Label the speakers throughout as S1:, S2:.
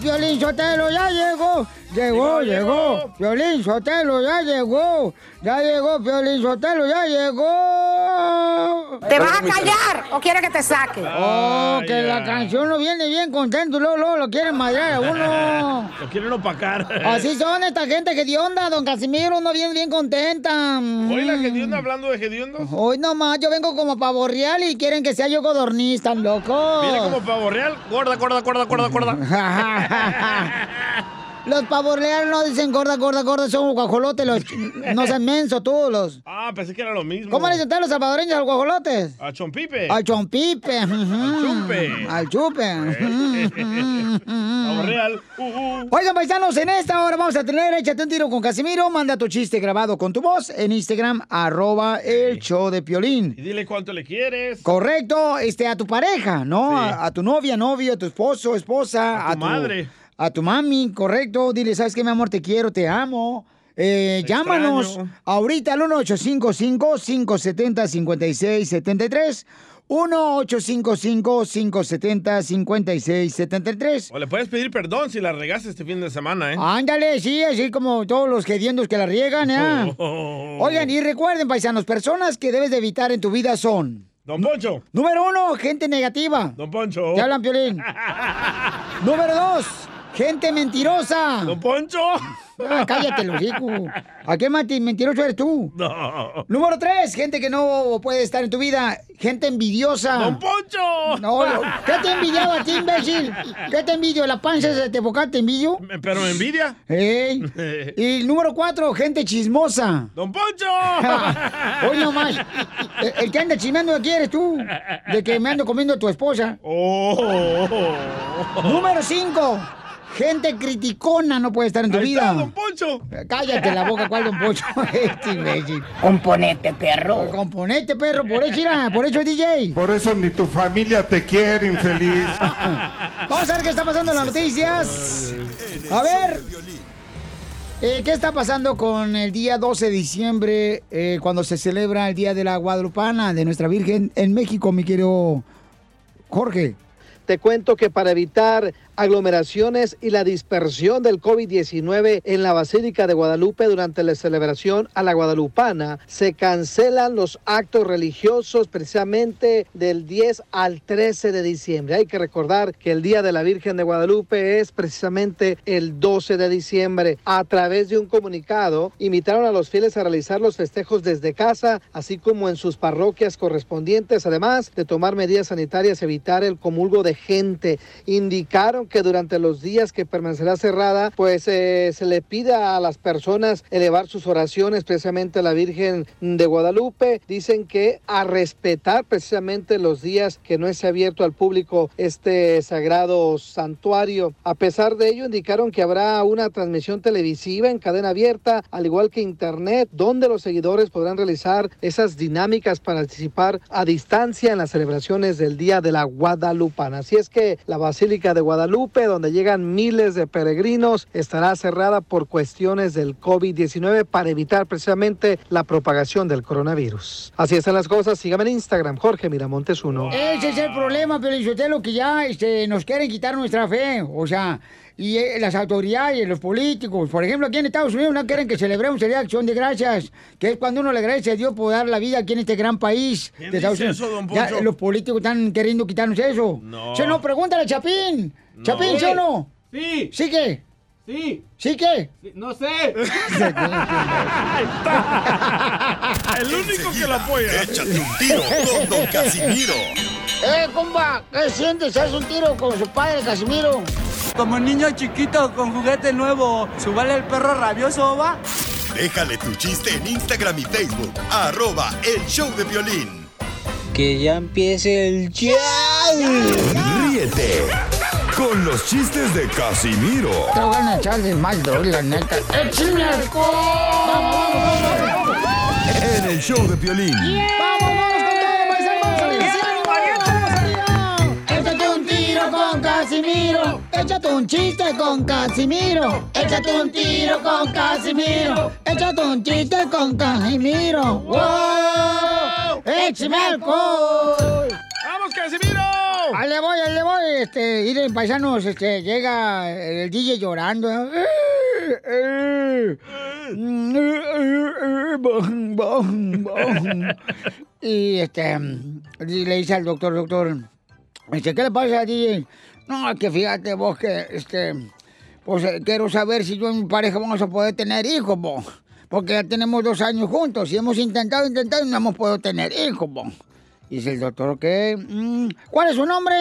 S1: Piolín Sotelo, ya llegó. Llegó, llegó. Piolín Sotelo, ya llegó. Ya llegó, Piolín Sotelo, ya llegó.
S2: ¿Te vas a callar o quieres que te saque?
S1: Oh, que la canción no viene bien contento, luego, luego lo quieren madrear a uno.
S3: Lo quieren opacar.
S1: Así son esta gente que onda, don Casimiro, no viene bien contenta. Mm.
S3: Hoy la hedionda, hablando de hediondos.
S1: Hoy nomás, yo vengo como pavo real y quieren que sea yo codorniz, tan loco.
S3: Viene como pavo real, gorda, gorda, gorda, gorda, gorda.
S1: Los pavos real no dicen gorda, gorda, gorda, son guajolotes, los, no sean mensos tú, los...
S3: Ah, pensé que era lo mismo.
S1: ¿Cómo le dicen ustedes los salvadoreños al guajolotes?
S3: A Chompipe.
S1: Al chompipe. Al
S3: chupe.
S1: Al chupe.
S3: Pavo real. Uh, uh.
S1: Oigan, paisanos, en esta hora vamos a tener Échate un tiro con Casimiro. Manda tu chiste grabado con tu voz en Instagram, arroba el show de Piolín.
S3: Y dile cuánto le quieres.
S1: Correcto, este, a tu pareja, ¿no? A, a tu novia, novio, a tu esposo, esposa,
S3: A tu madre.
S1: A tu mami, correcto. Dile, ¿sabes qué, mi amor? Te quiero, te amo. Eh,
S3: Te
S1: llámanos
S3: extraño.
S1: ahorita al 1855-570-5673. 1855-570-5673.
S3: O le puedes pedir perdón si la regaste este fin de semana, ¿eh?
S1: Ándale, sí, así como todos los gediendos que la riegan, ¿eh?
S3: Oh.
S1: Oigan, y recuerden, paisanos, personas que debes de evitar en tu vida son...
S3: Don Poncho.
S1: Número uno, gente negativa.
S3: Don Poncho.
S1: Te hablan, Piolín. Número dos, gente mentirosa.
S3: Don Poncho.
S1: Ah, cállate, Lucico. ¿A qué mati- mentiroso eres tú?
S3: No.
S1: Número tres, gente que no puede estar en tu vida. Gente envidiosa.
S3: Don Poncho.
S1: No, no, ¿qué te envidiaba a ti, imbécil? ¿Qué te envidio? ¿La panza de te boca te envidio?
S3: Me- Pero me envidia.
S1: Ey. Y número cuatro, gente chismosa.
S3: Don Poncho.
S1: Hoy nomás. El- El que anda chismeando aquí eres tú. De que me ando comiendo a tu esposa.
S3: Oh.
S1: Número cinco, gente criticona no puede estar en tu
S3: Ahí
S1: vida.
S3: está, Don Poncho.
S1: Cállate la boca, ¿cuál don Poncho? Este imbécil.
S2: Componete,
S1: Por
S2: perro.
S1: componente, perro, por eso, mira, por eso es DJ.
S4: Por eso ni tu familia te quiere, infeliz.
S1: Vamos a ver qué está pasando en las noticias. A ver. eh, ¿Qué está pasando con el día 12 de diciembre, eh, cuando se celebra el Día de la Guadalupana, de nuestra Virgen en México, mi querido Jorge?
S5: Te cuento que para evitar aglomeraciones y la dispersión del COVID-19 en la Basílica de Guadalupe durante la celebración a la guadalupana, se cancelan los actos religiosos precisamente del 10 al 13 de diciembre. Hay que recordar que el Día de la Virgen de Guadalupe es precisamente el 12 de diciembre. A través de un comunicado, invitaron a los fieles a realizar los festejos desde casa, así como en sus parroquias correspondientes, además de tomar medidas sanitarias, evitar el comulgo de gente. Indicaron que durante los días que permanecerá cerrada, pues eh, se le pida a las personas elevar sus oraciones, precisamente a la Virgen de Guadalupe. Dicen que a respetar precisamente los días que no es abierto al público este sagrado santuario. A pesar de ello, indicaron que habrá una transmisión televisiva en cadena abierta, al igual que internet, donde los seguidores podrán realizar esas dinámicas para participar a distancia en las celebraciones del Día de la Guadalupana. Así es que la Basílica de Guadalupe, donde llegan miles de peregrinos, estará cerrada por cuestiones del COVID-19 para evitar precisamente la propagación del coronavirus. Así están las cosas. Sígame en Instagram, Jorge Miramontes 1.
S1: Ese es el problema, lo que ya este, nos quieren quitar nuestra fe. O sea, y eh, las autoridades, los políticos. Por ejemplo, aquí en Estados Unidos no quieren que celebremos el Día de Acción de Gracias, que es cuando uno le agradece a Dios por dar la vida aquí en este gran país.
S3: ¿Quién
S1: de Estados
S3: dice
S1: Unidos.
S3: eso, don
S1: Ya,
S3: Poncho?
S1: los políticos están queriendo quitarnos eso.
S3: No.
S1: Se nos pregunta a Chapín. Chapín, ¿sí o no?
S6: Sí,
S1: ¿Sí qué?
S6: sí,
S1: ¿Sí qué?
S6: sí, no sé.
S3: El único que lo apoya.
S7: Échate un tiro con Don Casimiro.
S1: ¡Eh, compa! ¿Qué sientes? ¿Haz un tiro con su padre, Casimiro?
S6: Como niño chiquito con juguete nuevo, subale el perro rabioso, va.
S7: Déjale tu chiste en Instagram y Facebook. Arroba El Show de Violín.
S8: Que ya empiece el show.
S7: Ríete. Con los chistes de Casimiro.
S1: Te voy a echar de mal, la neta. ¡Échame alcohol!
S7: En el Show de Violín.
S1: ¡Vamos, vamos con todo, paisanos! ¡Felicidades! Échate un tiro con Casimiro. Échate un chiste con Casimiro. Échate un tiro con Casimiro. Échate un chiste con Casimiro. ¡Wow! ¡Échame alcohol!
S3: ¡Vamos, Casimiro!
S1: ¡Ay, le voy, ahí le voy. Este, miren, paisanos, este, llega el DJ llorando. ¿eh? Y este, y le dice al doctor, doctor, este, ¿qué le pasa a DJ? No, es que fíjate vos que, este, pues eh, quiero saber si yo y mi pareja vamos a poder tener hijos, vos. Porque ya tenemos dos años juntos y hemos intentado, intentado y no hemos podido tener hijos, vos. Dice el doctor, ok. mm, ¿Cuál es su nombre?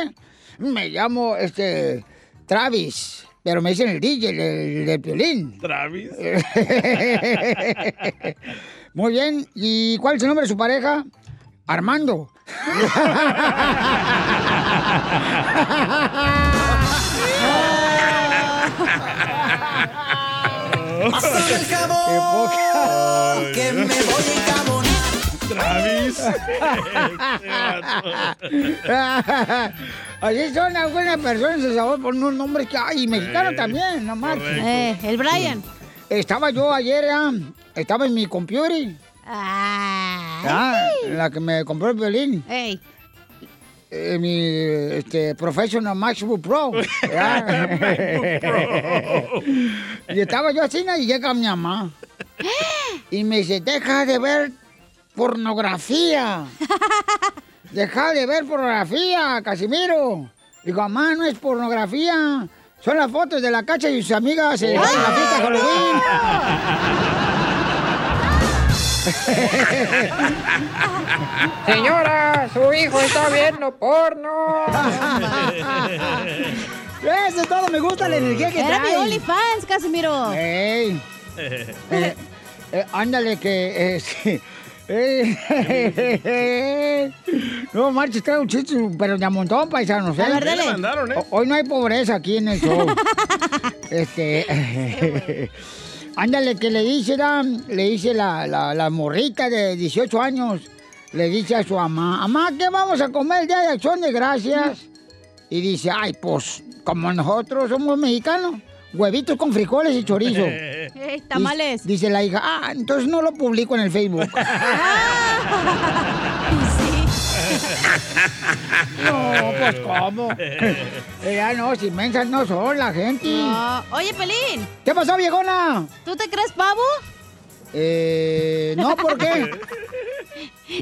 S1: Me llamo, este, Travis. Pero me dicen el DJ, el, el del violín.
S3: Travis.
S1: Muy bien. ¿Y cuál es el nombre de su pareja? Armando.
S9: Pásame el jabón. Que me voy en jabón.
S3: Travis.
S1: Así son algunas personas, se sabe poner unos nombres que hay, y mexicano
S10: Eh,
S1: también, no más.
S10: correcto. Eh,
S1: el Brian. Estaba yo ayer, ah, estaba en mi computer. Ah, la que me compró el violín. Ey. Eh, mi este, Professional MacBook Pro. Ah. y estaba yo así ¿no? y llega mi mamá. Y me dice, deja de ver pornografía. Deja de ver pornografía, Casimiro. Digo, mamá, no es pornografía. Son las fotos de la cacha y sus amigas eh, en la fiesta de Halloween. Señora, su hijo Pues está viendo porno. Eso es todo, me gusta la energía que
S10: Era
S1: trae.
S10: mi OnlyFans, Casimiro.
S1: Ey. Eh, eh, ándale que eh, sí. Eh, no marches, trae un chiste, pero de a montón, paisanos. ¿eh?
S10: A ver, dale. Ya le
S3: mandaron, ¿eh?
S1: Ho- Hoy no hay pobreza aquí en el show. este. Ándale, que le dice, la, le dice la, la, la morrita de 18 años, le dice a su mamá, mamá, ¿qué vamos a comer el día de acción de gracias? Y dice, ay, pues, como nosotros somos mexicanos, huevitos con frijoles y chorizo.
S10: Ey, tamales.
S1: Dice, dice la hija, ah, entonces no lo publico en el Facebook. No, pues, ¿cómo? Eh, Ya no, si mensas no son la gente.
S10: No. Oye, Pelín,
S1: ¿Qué pasó, viejona?
S10: ¿tú te crees pavo?
S1: Eh, no, ¿por qué?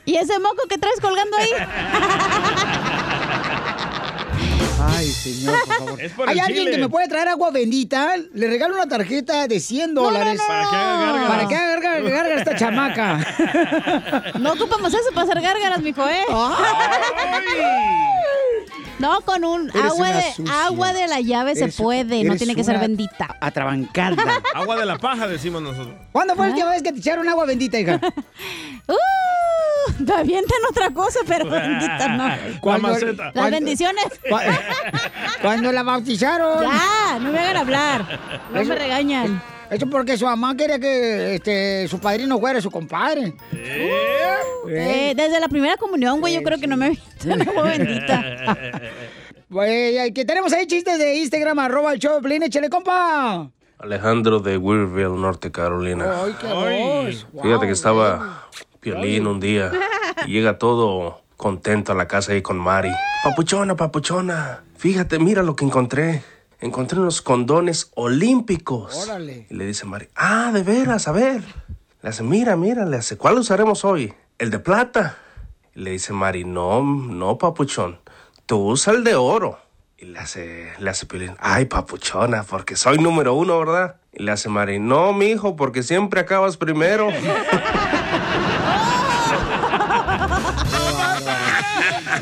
S10: ¿Y ese moco que traes colgando ahí?
S1: Ay, señor, por favor.
S3: Es por
S1: ¿Hay
S3: el
S1: alguien
S3: chile.
S1: que me puede traer agua bendita? Le regalo una tarjeta de 100 dólares.
S3: Para que haga gárgaras.
S1: Para que haga garga- garga esta chamaca.
S10: No ocupamos eso para hacer gárgaras, mijo, ¿eh? No, con un
S1: Eres
S10: agua
S1: una
S10: de,
S1: sucia.
S10: agua de la llave
S1: Eres-
S10: se puede, no
S1: eres
S10: tiene que ser
S1: una
S10: bendita.
S1: Atrabancada.
S3: Agua de la paja, decimos nosotros.
S1: ¿Cuándo
S10: ¿Eh?
S1: fue la última vez que te echaron agua bendita, hija?
S10: ¡Uh! Te avientan otra cosa, pero bendita no.
S3: La
S1: Cuando-
S3: maceta.
S10: Las
S1: Cuando-
S10: bendiciones.
S1: Cu- Cuando la bautizaron.
S10: Ya, no me hagan hablar. No me regañan.
S1: Eso porque su mamá quería que este, su padrino fuera su compadre.
S11: Uh,
S10: Eh, desde la primera comunión, güey, yo creo que no me avientan agua bendita.
S1: Güey, que tenemos ahí chistes de Instagram, arroba el show de Piolín, échale, compa.
S12: Alejandro de Weirville, Norte Carolina.
S1: Ay, qué voz.
S12: Fíjate que estaba Piolín un día
S11: eh.
S12: y llega todo contento a la casa ahí con Mari. Papuchona, papuchona, fíjate, mira lo que encontré. Encontré unos condones olímpicos.
S1: Órale.
S12: Y le dice Mari, ah, de veras, a ver. Le hace, mira, mira, le hace, ¿cuál usaremos hoy? El de plata. Y le dice Mari, no, no, papuchón, tú usa el de oro. Y le hace, le hace Piolín, ay, papuchona, porque soy número uno, ¿verdad? Y le hace Mari, no, mijo, porque siempre acabas primero.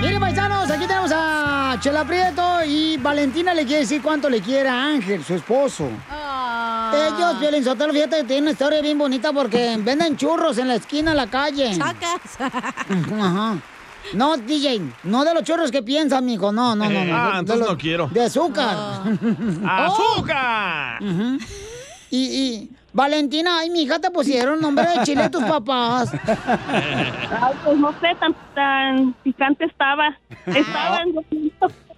S1: Miren, paisanos, aquí tenemos a Chela Prieto y Valentina le quiere decir cuánto le quiere a Ángel, su esposo. Ellos, Piolín Sotelo, fíjate que tiene una historia bien bonita porque venden churros en la esquina de la calle.
S10: Sacas.
S1: Ajá. No, DJ, no de los churros que piensan, mijo. No, no, no. no.
S3: Ah,
S1: De
S3: entonces
S1: los-
S3: no quiero.
S1: De azúcar.
S11: Ah,
S3: ¡Azúcar!
S1: Ujú. y, y, Valentina, ay, mi hija, te pusieron nombre de chile tus papás.
S11: Ay, pues no sé, tan, tan picante estaba. Estaban.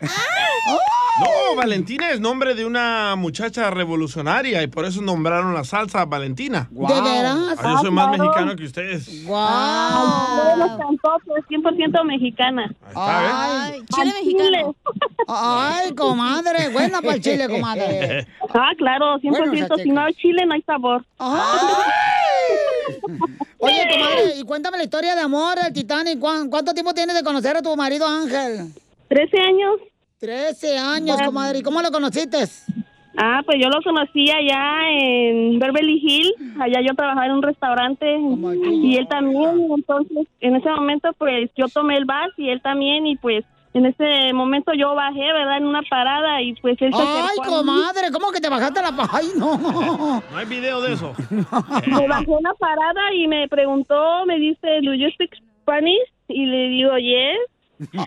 S3: No, Valentina es nombre de una muchacha revolucionaria y por eso nombraron la salsa Valentina.
S11: ¿De veras?
S3: Ah, yo soy más
S11: Ah, claro.
S3: mexicano que ustedes.
S11: Ay, no me encantó, pues 100% mexicana.
S1: Ay,
S11: chile mexicano.
S1: Ay, comadre, buena para el chile, comadre.
S11: Ah, claro, 100%, si no hay chile no hay sabor.
S1: Oye, comadre, y cuéntame la historia de amor del Titanic. ¿Cuán- ¿Cuánto tiempo tienes de conocer a tu marido Ángel?
S11: Trece años.
S1: Trece años, comadre. ¿Y cómo lo conociste?
S11: Ah, pues yo lo conocí allá en Beverly Hill, allá yo trabajaba en un restaurante y él también, entonces en ese momento pues yo tomé el bus y él también y pues en ese momento yo bajé, ¿verdad? En una parada y pues él se
S1: Ay,
S11: acercó a mí.
S1: comadre, ¿cómo que te bajaste la paja? Ay, no.
S3: No hay video de eso.
S11: Me bajé en la parada y me preguntó, me dice, ¿do you speak Spanish? Y le digo, yes.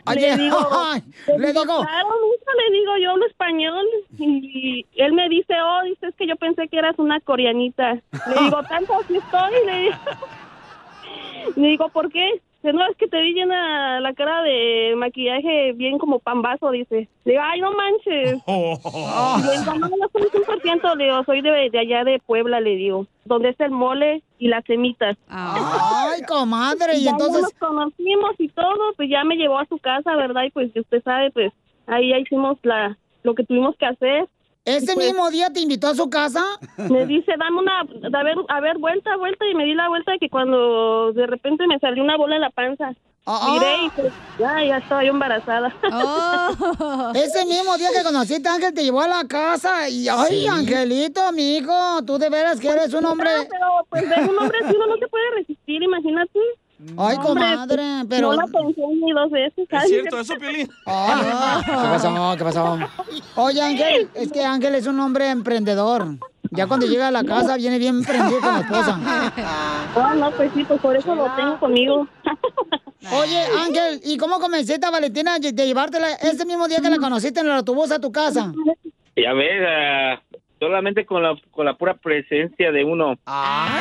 S1: Ay,
S11: le digo,
S1: ay, le digo.
S11: claro, mija", le digo, yo hablo español. Y él me dice, oh, dices que yo pensé que eras una coreanita. Le digo, tanto así estoy. Le digo, le digo, ¿por qué? Dice, no, es que te vi llena la cara de maquillaje bien como pambazo, dice. Le digo, ay, no manches. Le digo, no, no soy 100%, le digo, soy de, de allá de Puebla, le digo, donde es el mole y las semitas.
S1: Ay, comadre, y
S11: Ya
S1: entonces-
S11: nos conocimos y todo, pues ya me llevó a su casa, ¿verdad? Y pues usted sabe, pues ahí ya hicimos la, lo que tuvimos que hacer. pues
S1: ¿Ese mismo día te invitó a su casa?
S11: Me dice, dame una, a ver, a ver, vuelta, vuelta, y me di la vuelta que cuando de repente me salió una bola en la panza.
S1: Ah,
S11: Miré y pues ya, ya estaba yo embarazada.
S1: Oh. Ese mismo día que conociste a Ángel te llevó a la casa y ay,
S11: Sí.
S1: Angelito, mijo, tú de veras que eres un hombre.
S11: Claro, Pues pero pues ver un hombre así uno no se puede resistir, imagínate.
S1: Ay,
S11: Hombre,
S1: comadre,
S11: pues,
S1: pero-
S11: No la pensé ni dos veces. ¿sabes?
S3: Piolín?
S1: Ah. Ay, ¿Qué pasó? ¿Qué pasó? Oye, Ángel, es que Ángel es un hombre emprendedor. Ya
S11: Ah.
S1: cuando llega a la casa viene bien emprendido con la esposa.
S11: Ah, no, pues sí, pues por eso lo tengo conmigo.
S1: Oye, Ángel, ¿y cómo convenciste a Valentina de de llevártela ese mismo día que la conociste en el autobús a tu casa?
S13: Ya ves, ah, solamente con la, con la pura presencia de uno.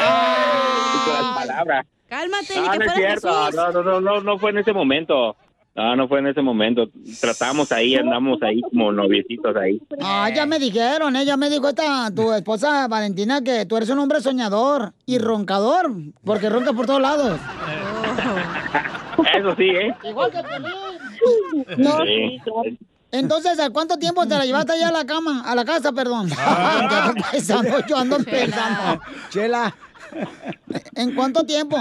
S13: Y con las palabras.
S10: Cálmate,
S13: Ah, No,
S10: ni Ah. que
S13: no es
S10: fuera
S13: cierto.
S10: Jesús.
S13: No, no, no, no, no fue en ese momento. No, no fue en ese momento. Tratamos ahí, andamos ahí como noviecitos ahí.
S1: Ah, ya me dijeron, ella me dijo esta, tu esposa Valentina, que tú eres un hombre soñador y roncador, porque roncas por todos lados.
S13: Eso sí, ¿eh?
S1: Igual que
S13: No,
S1: No.
S13: sí, claro.
S1: Entonces, ¿a cuánto tiempo te la llevaste allá a la cama? A la casa, perdón.
S11: Ah,
S1: Ya ando pensando, yo ando pensando. Chela. ¿En cuánto tiempo?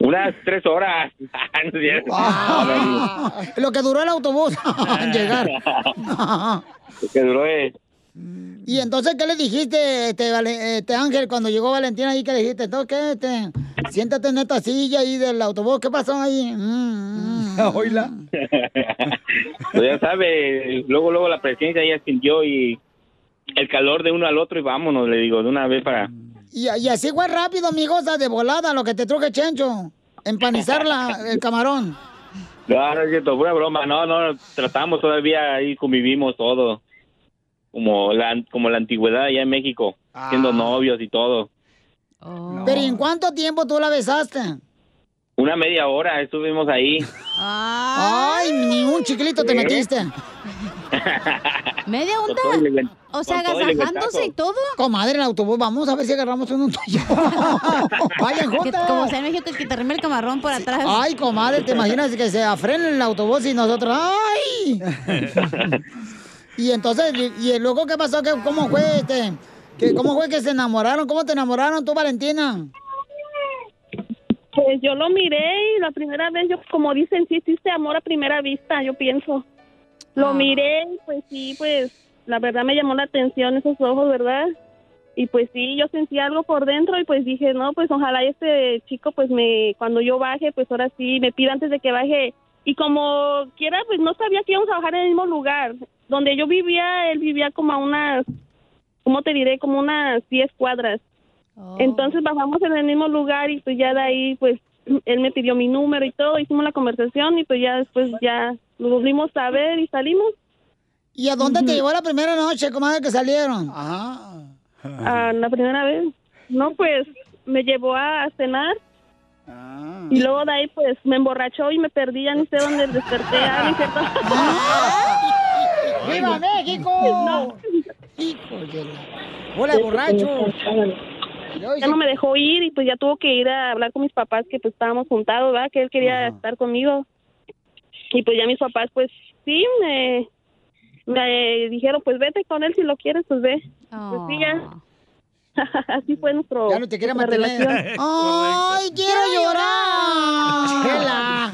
S13: Unas tres horas. Ah, No es cierto.
S10: Ah.
S1: Lo que duró el autobús en llegar.
S13: Que duró eh,
S1: Y entonces, ¿qué le dijiste, este, Vale- este, Ángel, cuando llegó Valentina ahí? ¿Qué le dijiste? ¿Entonces qué? Este, siéntate en esta silla ahí del autobús. ¿Qué pasó ahí? Mm. Oíla.
S13: pues ya sabe, luego, luego la presencia ella sintió y el calor de uno al otro y vámonos, le digo, de una vez para...
S1: Y, y así fue rápido, amigosa, de volada, lo que te truje Chencho. Empanizar la, el camarón.
S13: No, no es cierto, pura broma, no, no, tratamos todavía ahí, convivimos todo, como la, como la antigüedad allá en México,
S1: Ah.
S13: siendo novios y todo.
S1: Pero ¿y ¿en cuánto tiempo tú la besaste?
S13: Una media hora estuvimos ahí.
S1: Ay, ni un chiclito te
S13: ¿Eh?
S1: metiste.
S10: ¿Media
S13: Con todo y le invent- con todo y le inventazo.
S1: todo. Comadre, en el autobús, vamos a ver si agarramos uno tuyo. Vayan
S10: Que-
S1: juntas.
S10: Como sea en México, que te arrime el camarón por atrás.
S1: Ay, comadre, ¿te imaginas que se afrena el autobús y nosotros, ay? Y entonces, ¿y y luego qué pasó? ¿Qué- ¿Cómo fue este? ¿Qué- ¿Cómo fue que se enamoraron? ¿Cómo te enamoraron tú, Valentina?
S11: Pues yo lo miré y la primera vez, yo como dicen, sí existe amor a primera vista, yo pienso. Lo
S10: Ah.
S11: miré y pues sí, pues la verdad me llamó la atención esos ojos, ¿verdad? Y pues sí, yo sentí algo por dentro y pues dije, no, pues ojalá este chico pues me, cuando yo baje, pues ahora sí, me pida antes de que baje. Y como quiera, pues no sabía que íbamos a bajar en el mismo lugar. Donde yo vivía, él vivía como a unas, ¿cómo te diré?
S1: Oh.
S11: Como unas 10 cuadras. Entonces bajamos en el mismo lugar y pues ya de ahí pues él me pidió mi número y todo, hicimos la conversación y pues ya después ya nos volvimos a ver y salimos.
S1: ¿Y a dónde te llevó la primera noche, comadre, que salieron? Ajá.
S11: Ah, la primera vez. No, pues me llevó a cenar. Y luego de ahí, pues me emborrachó y me perdí. Ya ni sé dónde desperté. ya ni sé dónde-
S1: ¿Ah? ¡Viva México! ¡Hola, borracho!
S11: Ya no me dejó ir y pues ya tuvo que ir a hablar con mis papás que pues estábamos juntados, ¿verdad? Que él quería estar conmigo. Y pues ya mis papás pues sí me, me dijeron pues vete con él si lo quieres pues ve. Pues sí, ya.
S1: Ah.
S11: Así fue nuestro... Ya no te
S1: Quiere mantener. ¡Ay, quiero llorar! Chela.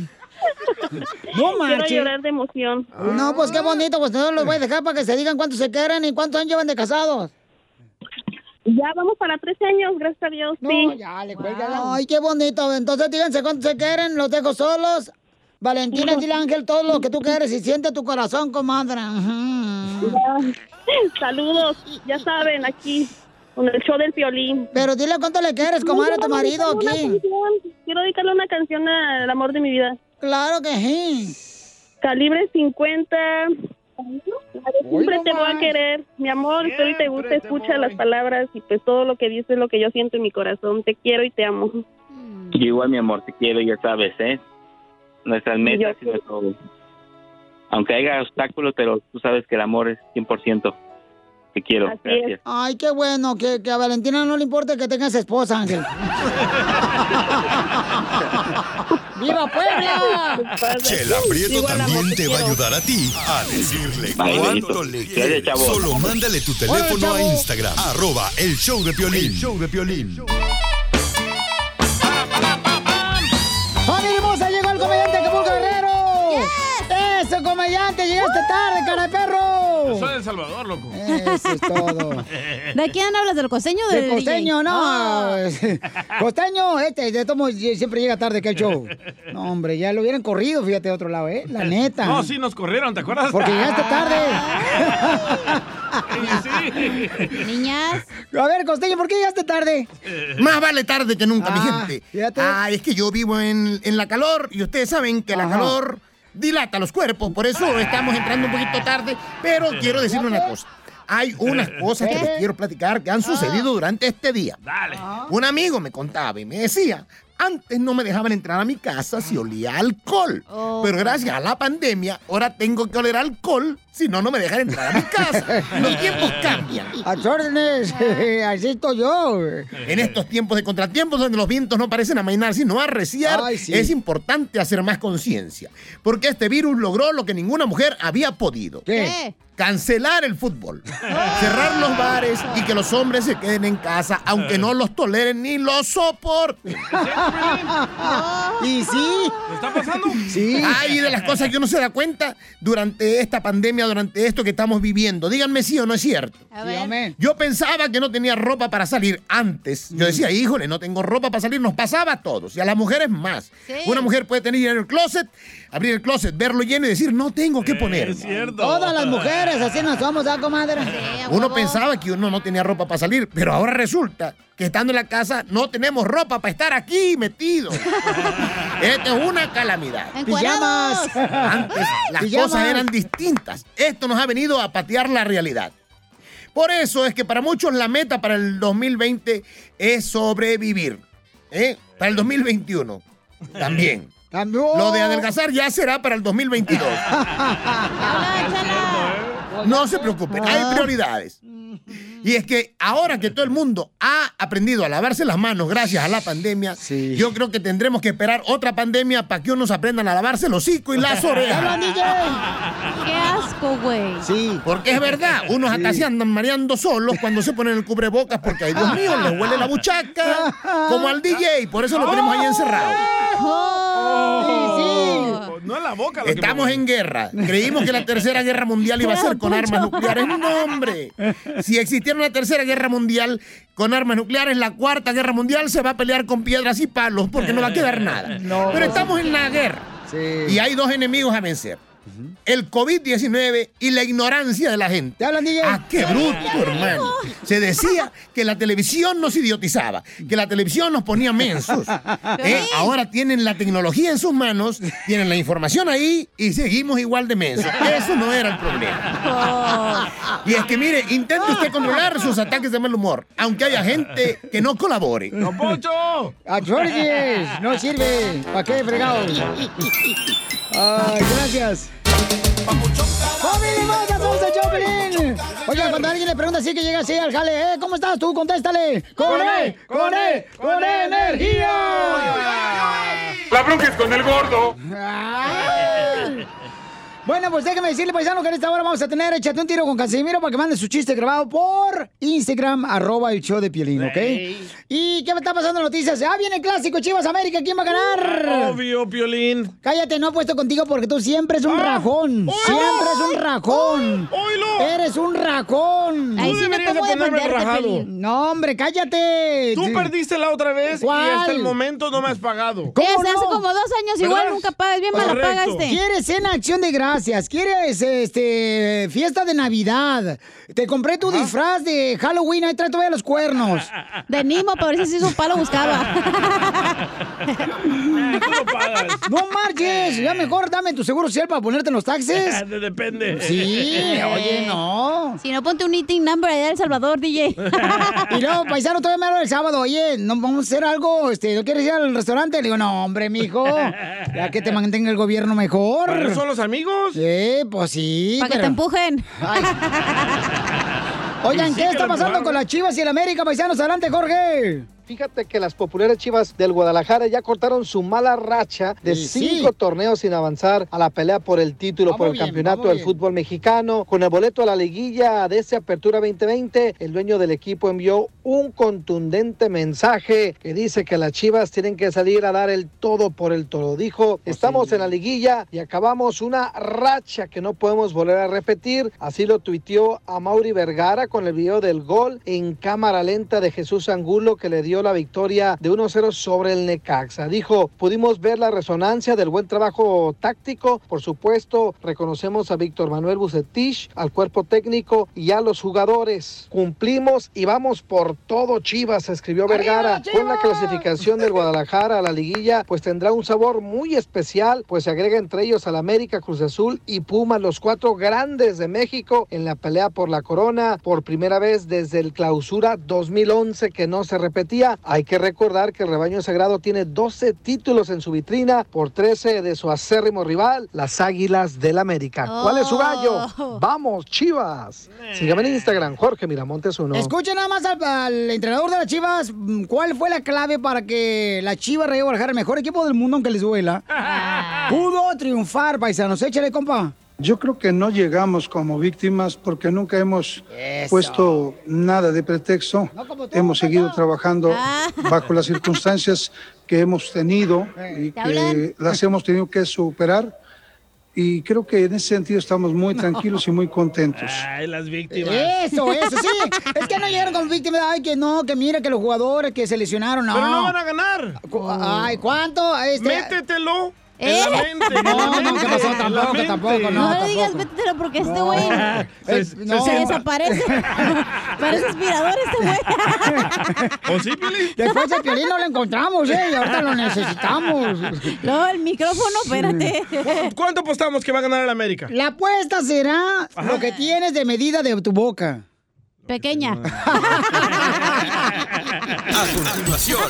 S1: No
S11: Quiero
S1: marches.
S11: llorar de emoción.
S1: No, pues qué bonito, pues no los voy a dejar para que se digan cuántos se quieren y cuántos años llevan de casados.
S11: Ya vamos para 13 años, gracias a Dios.
S1: No,
S11: sí.
S1: ya le cuelgan. Ay, qué bonito. Entonces díganse cuántos se quieren, los dejo solos. Valentina, dile Ángel todo lo que tú quieres y siente tu corazón, comadre.
S11: Saludos, ya saben, aquí, con el show del violín.
S1: Pero dile cuánto le quieres, comadre, a tu marido aquí.
S11: Quiero dedicarle una canción al amor de mi vida.
S1: Claro que sí.
S11: Calibre 50. La de siempre te voy a querer, mi amor. Espero y te guste. Escucha las palabras y pues todo lo que dices es lo que yo siento en mi corazón. Te quiero y te amo.
S13: Yo igual, mi amor, te quiero, ya sabes, ¿eh? Nuestras metas y nuestro... Aunque haya obstáculos, pero tú sabes que el amor es 100%. Te quiero,
S1: Así es. Oh.
S13: gracias.
S1: Ay, qué bueno, que, que a Valentina no le importe que tengas esposa, Ángel. ¡Viva Puebla!
S7: Chela Prieto también te va a ayudar a ti a decirle
S13: Vale,
S7: cuánto
S13: Benito.
S7: le
S13: Dale,
S7: quieres.
S13: chavo.
S7: Solo mándale tu teléfono
S13: Órale,
S7: a
S13: chavo.
S7: Instagram, arroba el show de Piolín. show de Piolín.
S1: ¡Familia hermosa! Llegó el comediante Acapulco Guerrero. ¡Eso, comediante! ¡Llegaste tarde, cara de perro!
S3: Soy de El Salvador, loco.
S1: Eso es todo.
S10: ¿De quién hablas? ¿Del costeño o
S1: De
S10: del
S1: costeño,
S10: DJ?
S1: no.
S10: Ah.
S1: Costeño, este, de tomo, siempre llega tarde que el show. No, hombre, ya lo hubieran corrido, fíjate, a otro lado, ¿eh? La neta.
S3: No, sí, nos corrieron, ¿te acuerdas?
S1: Porque llegaste
S3: tarde.
S1: Niñas. A ver, Costeño, ¿por qué llegaste tarde?
S14: Eh. Más vale tarde que nunca, mi
S1: Ah,
S14: gente. Ah, es que yo vivo en, en la calor y ustedes saben que la calor dilata los cuerpos, por eso estamos entrando un poquito tarde, pero
S1: Eh,
S14: quiero decir una cosa. Hay unas cosas que les quiero platicar que han
S1: Ah.
S14: sucedido durante este día. Dale. Un amigo me contaba y me decía, antes no me dejaban entrar a mi casa si olía a alcohol,
S9: Oh.
S14: pero gracias a la pandemia ahora tengo que oler alcohol, si no, no me dejan entrar a mi casa. Los tiempos cambian.
S1: A tus órdenes, así estoy yo.
S14: En estos tiempos de contratiempos donde los vientos no parecen amainar sino arreciar, es importante hacer más conciencia. Porque este virus logró lo que ninguna mujer había podido.
S9: ¿Qué?
S14: Cancelar el fútbol, cerrar los bares y que los hombres se queden en casa, aunque no los toleren ni los soporten.
S1: y sí.
S14: está pasando? Sí. Ay, de las cosas que uno se da cuenta durante esta pandemia, durante esto que estamos viviendo. Díganme si o no es cierto. Yo pensaba que no tenía ropa para salir antes.
S1: Mm.
S14: Yo decía, híjole, no tengo ropa para salir. Nos pasaba a todos. Y a las mujeres más.
S9: Sí.
S14: Una mujer puede tener en el closet, abrir el closet, verlo lleno y decir, no tengo que poner.
S1: Todas las mujeres, así nos somos, ¿ah, comadre?
S14: Uno pensaba que uno no tenía ropa para salir, pero ahora resulta que estando en la casa no tenemos ropa para estar aquí metidos. Esta es una calamidad.
S9: Encuerados. Pijamas.
S14: Antes las
S9: Pijamas.
S14: cosas eran distintas. Esto nos ha venido a patear la realidad. Por eso es que para muchos la meta para el 2020 es sobrevivir. ¿eh? Para el 2021 también. Lo de adelgazar ya será para el 2022. No se preocupen, hay prioridades. Y es que ahora que todo el mundo ha aprendido a lavarse las manos gracias a la pandemia, yo creo que tendremos que esperar otra pandemia para que unos aprendan a lavarse el hocico y las
S9: ¡Habla,
S14: orejas.
S9: DJ!
S14: ¡Qué asco, güey!
S1: Sí.
S14: Porque es verdad, unos hasta se andan mareando solos cuando se ponen el cubrebocas porque, ay Dios mío, les huele la buchaca como al DJ, por eso lo tenemos ahí encerrado.
S3: No en la boca, lo que
S14: Estamos en guerra. Creímos que la tercera guerra mundial iba a ser con armas nucleares. No, hombre. Si existiera una tercera guerra mundial con armas nucleares, la cuarta guerra mundial se va a pelear con piedras y palos porque no va a quedar nada.
S9: No.
S14: Pero estamos en la guerra. Y hay dos enemigos a vencer. el COVID-19 y la ignorancia de la gente. ¡Ah, qué bruto, hermano! Se decía que la televisión nos idiotizaba, que la televisión nos ponía mensos. ¿eh? Ahora tienen la tecnología en sus manos, tienen la información ahí y seguimos igual de mensos. Eso no era el problema. Y es que, mire, intente usted controlar sus ataques de mal humor, aunque haya gente que no colabore. ¡No,
S1: Pocho! ¡A Jorge! ¡No sirve! ¿Para qué fregados? Ay, gracias. ¡Familia hermosa, somos el Choplin! Oigan, cuando alguien le pregunta así que llega así al jale, ¿eh? ¿Cómo estás tú? Contéstale. ¡Con E! ¡Con E! ¡Con E energía!
S4: La bronca es con el gordo.
S1: Ay. Bueno, pues déjame decirle, paisano, que en esta hora vamos a tener Échate un tiro con Casimiro para que mande su chiste grabado por Instagram, arroba el show de Piolín, ¿ok?
S3: Ey.
S1: ¿Y qué me está pasando en noticias? ¡Ah, viene el clásico, Chivas América! ¿Quién va a ganar?
S3: Obvio, Piolín.
S1: Cállate, no apuesto contigo porque tú siempre es un
S3: Ah.
S1: rajón. Siempre es un rajón. Eres un rajón.
S3: Ahí Tú sí no deberías como de ponerme defenderte, rajado. Pelín.
S1: No, hombre, cállate.
S3: Tú perdiste la otra vez y hasta el
S1: ¿Cuál?
S3: momento no me has pagado.
S10: Desde hace como dos años igual nunca pagas, bien mala
S3: Correcto.
S10: paga este.
S1: Quieres cena acción de gracias, quieres este fiesta de Navidad. Te compré tu disfraz de Halloween, ahí trae todavía los cuernos. De Nimo, para ver si su palo buscaba. no marches, ya mejor dame tu seguro social para ponerte en los taxis.
S3: Depende.
S1: Sí, oye, no.
S10: Si no, ponte un eating number allá de El Salvador, DJ.
S1: Y luego, paisano, todavía me habla el sábado, oye, ¿no vamos a hacer algo? Este, ¿No quieres ir al restaurante? Le digo, no, hombre, mijo, ya que te mantenga el gobierno mejor.
S3: ¿Para eso son los amigos?
S1: Sí, pues sí.
S10: Para que te empujen.
S1: Oigan, ¿qué está pasando con las chivas y el América, paisanos? Adelante, Jorge.
S5: Fíjate que las populares chivas del Guadalajara ya cortaron su mala racha de
S1: Y sí. Ah,
S5: cinco torneos sin avanzar a la pelea por el título, por el
S1: bien,
S5: campeonato
S1: vamos
S5: del
S1: bien.
S5: fútbol mexicano. Con el boleto a la liguilla de ese Apertura 2020, el dueño del equipo envió un contundente mensaje que dice que las chivas tienen que salir a dar el todo por el todo. Dijo,
S1: Pues
S5: estamos en la liguilla y acabamos una racha que no podemos volver a repetir. Así lo tuiteó a Mauri Vergara con el video del gol en cámara lenta de Jesús Angulo que le dio la victoria de 1-0 sobre el Necaxa. Dijo, pudimos ver la resonancia del buen trabajo táctico. Por supuesto, reconocemos a Víctor Manuel Bucetich, al cuerpo técnico y a los jugadores. Cumplimos y vamos por todo Chivas, escribió Vergara. Con la clasificación del Guadalajara a la liguilla, pues tendrá un sabor muy especial, pues se agrega entre ellos al América, Cruz Azul y Puma, los cuatro grandes de México en la pelea por la corona por primera vez desde el clausura 2011 que no se repetía. Hay que recordar que el rebaño sagrado tiene 12 títulos en su vitrina por 13 de su acérrimo rival, las Águilas del América. ¿Cuál es su gallo? Vamos, Chivas. Sígame en Instagram, Jorge Miramontes uno.
S1: Escuchen nada más al, al entrenador de las chivas. mm, ¿Cuál fue la clave para que la Chivas Rayo Guadalajara, el mejor equipo del mundo, aunque les duela,
S10: Ah.
S1: pudo triunfar, paisanos? Échale, compa.
S15: Yo creo que no llegamos como víctimas porque nunca hemos puesto nada de pretexto. hemos seguido trabajando bajo las circunstancias que hemos tenido y
S16: ¿Te hablan?
S15: que las hemos tenido que superar. Y creo que en ese sentido estamos muy tranquilos y muy contentos.
S3: Ay, las víctimas.
S1: Eso, eso, sí. Es que no llegaron con víctimas. Ay, que no, que mira, que los jugadores que se lesionaron. No.
S3: Pero no van a ganar.
S1: Cu- Ay, ¿cuánto? Este...
S3: Métetelo.
S1: ¿Eh?
S3: En la mente.
S1: No, no, ¿qué pasó?
S3: En la
S1: Tampoco,
S3: mente.
S1: tampoco, no.
S10: No le digas,
S1: tampoco.
S10: métetelo porque este güey
S3: Se-
S10: se,
S3: se sienta.
S10: desaparece. Parece aspirador este güey.
S3: ¿O sí, Piolín?
S1: Después de Piolín no lo encontramos, ¿eh? Y ahorita lo necesitamos.
S10: No, el micrófono, espérate.
S3: ¿Cu- ¿Cuánto apostamos que va a ganar el América?
S1: La apuesta será lo que tienes de medida de tu boca.
S10: Pequeña.
S7: A continuación,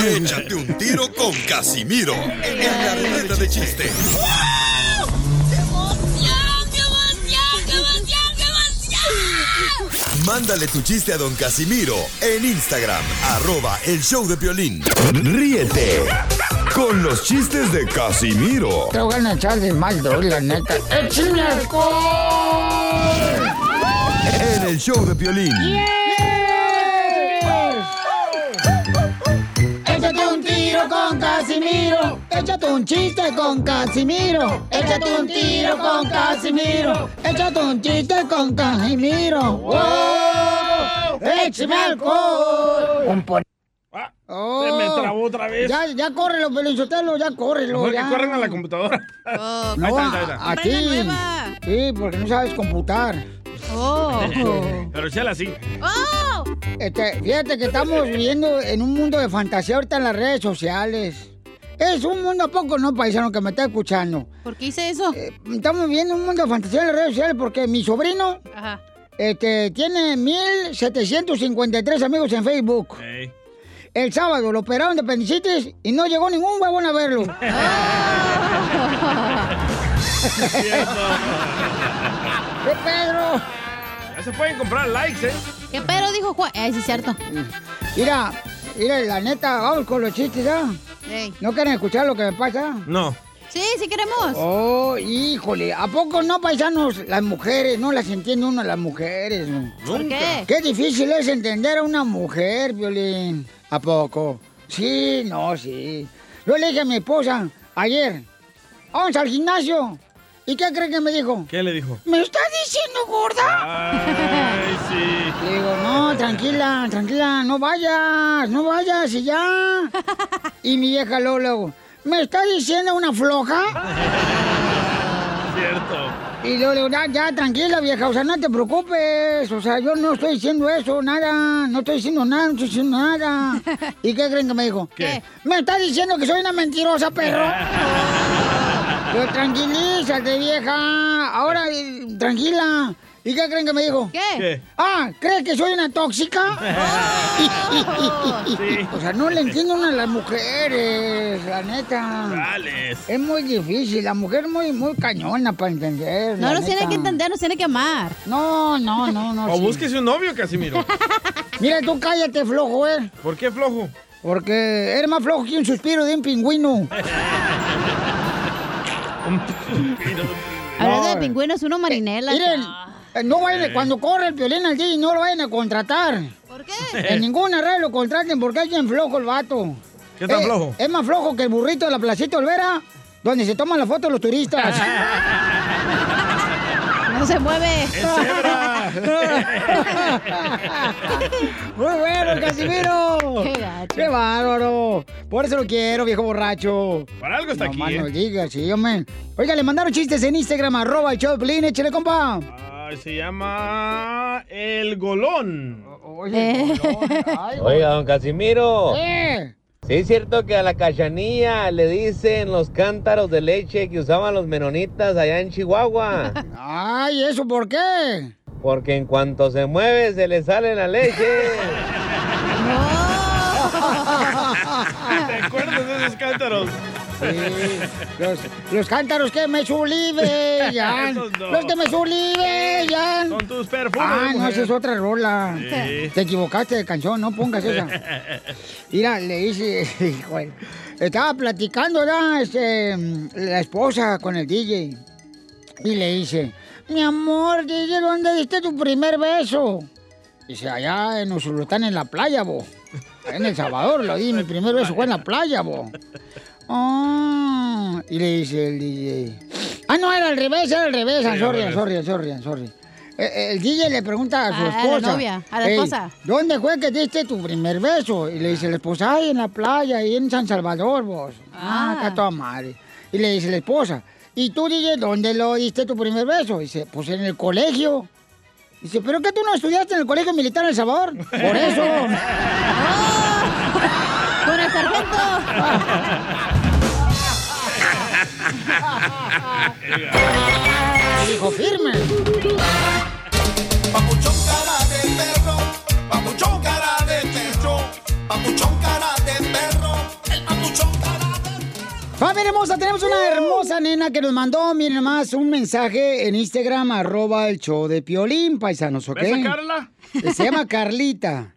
S7: échate un tiro con Casimiro en la ruleta de chiste. Mándale tu chiste a don Casimiro en Instagram, arroba el show de violín. Ríete con los chistes de Casimiro
S1: Te voy a echar de mal, doy, la neta. ¡Échame alcohol!
S7: en el show de violín.
S1: Échate un tiro con Casimiro. Échate un chiste con Casimiro. Échate un tiro con Casimiro. Échate un chiste con Casimiro. ¡Wow! ¡Échame alcohol! Oh.
S3: Se me trabó otra vez.
S1: Ya, ya córrelo, Pelín Sotelo, ya córrelo.
S3: Mejor
S1: ya.
S3: que corran a la computadora.
S1: No,
S10: Oh.
S3: Ahí está, ahí está.
S1: a, a ti. Sí, porque no sabes computar.
S10: Oh.
S3: Pero échala sí.
S1: ¡Oh! Este, fíjate que estamos viviendo en un mundo de fantasía ahorita en las redes sociales. Es un mundo a poco, ¿no, paisano, que me está escuchando?
S10: ¿Por qué hice eso?
S1: Eh, Estamos viviendo un mundo de fantasía en las redes sociales porque mi sobrino
S10: Ajá.
S1: este, tiene 1753 amigos en Facebook. El sábado lo operaron de apendicitis y no llegó ningún huevón a verlo.
S10: Ah.
S1: ¡Qué Pedro!
S3: Ya se pueden comprar likes, ¿eh?
S10: ¿Qué pero dijo Juan? Ay, sí, cierto.
S1: Mira, mira, la neta, vamos con los chistes, ¿ah?
S10: Ey.
S1: ¿No quieren escuchar lo que me pasa?
S3: No.
S10: Sí, sí queremos.
S1: Oh, híjole, ¿a poco no, paisanos? Las mujeres, no las entiende uno, las mujeres. no?
S10: ¿Por qué?
S1: Qué difícil es entender a una mujer, Violín. ¿A poco? Sí, no, sí. Yo le dije a mi esposa ayer, vamos al gimnasio. ¿Y qué cree que me dijo?
S3: ¿Qué le dijo?
S1: ¿Me está diciendo gorda?
S3: Ay, sí.
S1: Digo, no, tranquila, tranquila, no vayas, no vayas y ya. Y mi vieja luego, luego, ¿me está diciendo una floja?
S3: Cierto.
S1: Y luego, le digo, ya, ya, tranquila, vieja, o sea, no te preocupes, o sea, yo no estoy diciendo eso, nada, no estoy diciendo nada, no estoy diciendo nada. ¿Y qué creen que me dijo?
S9: ¿Qué?
S1: ¿Me está diciendo que soy una mentirosa, perro? Yo, tranquilízate, vieja, ahora, eh, tranquila. ¿Y qué creen que me dijo?
S9: ¿Qué? ¿Qué?
S1: Ah, ¿crees que soy una tóxica?
S9: Oh.
S1: O sea, no le entiendo una a las mujeres, la neta. Es muy difícil, la mujer muy, muy cañona para entender.
S10: No
S1: la
S10: nos tiene
S1: neta.
S10: que entender, nos tiene que amar.
S1: No, no, no, no.
S3: O
S1: sí.
S3: búsquese un novio, Casimiro.
S1: Mira, tú cállate, flojo, eh.
S3: ¿Por qué flojo?
S1: Porque eres más flojo que un suspiro de un pingüino.
S10: Hablando
S1: No.
S10: de
S1: eh.
S10: pingüinos, uno marinela.
S1: Miren, eh, no vayan,
S10: Eh.
S1: cuando corre el violín al DJ, no lo vayan a contratar. ¿Por qué? En ninguna red lo contraten porque es bien flojo el vato.
S9: ¿Qué tan
S1: Eh,
S9: flojo?
S1: Es más flojo que el burrito de la Placita Olvera, donde se toman las fotos los turistas.
S10: no se mueve.
S1: Muy bueno, Casimiro.
S10: Qué gacho.
S1: Qué bárbaro. Por eso lo quiero, viejo borracho.
S3: Para algo está
S1: No
S3: aquí,
S1: más
S3: ¿eh?
S1: no digas, sí, hombre. Oiga, le mandaron chistes en Instagram, arroba el show de Piolín, échale, compa.
S3: Ay, se llama El Golón.
S10: Eh.
S16: Oiga, don Casimiro.
S1: Eh.
S16: Sí, es cierto que a la cachanilla le dicen los cántaros de leche que usaban los menonitas allá en Chihuahua.
S1: Ay, ¿eso por qué?
S16: Porque en cuanto se mueve se le sale la leche.
S3: ¿Te acuerdas de esos cántaros?
S1: Sí, los, los cántaros que me sublivean.
S3: Esos no.
S1: Los que me sublivean.
S3: Son tus perfumes.
S1: Ah, no,
S3: mujer.
S1: esa es otra rola.
S3: Sí.
S1: Te equivocaste de canción, no pongas esa. Mira, le dice, híjole, estaba platicando, ¿verdad? Este, mm, la esposa con el DJ. Y le dice, mi amor, DJ, ¿dónde diste tu primer beso? Dice, allá en Usulután, en la playa, bo. En El Salvador, lo di, mi primer beso fue en la playa, bo. Ah, y le dice el DJ. Ah, no, era al revés, era al revés, ah,
S9: Sí,
S1: sorry,
S9: al revés.
S1: sorry, sorry, sorry. Eh, eh, El DJ le pregunta a su
S10: Ah, A- a la
S1: esposa.
S10: novia, a la
S1: "Ey,
S10: esposa.
S1: ¿Dónde fue que diste tu primer beso? Y le dice la esposa, ay, en la playa, ahí en San Salvador, vos. Ah, está toda madre. Y le dice la esposa, ¿y tú, DJ, dónde lo diste tu primer beso? Dice, pues en el colegio. Dice, ¿pero qué tú no estudiaste en el colegio militar en El Salvador? Por eso.
S10: ¡Con el sargento!
S1: Dijo, firme.
S9: Papuchón cara de perro, papuchón cara de perro, el papuchón
S1: Familia hermosa, tenemos una hermosa nena que nos mandó, miren más, un mensaje en Instagram, arroba el show de Piolín, paisanos, ¿ok? Eh,
S9: ¿Ves a Carla?
S1: Se llama Carlita.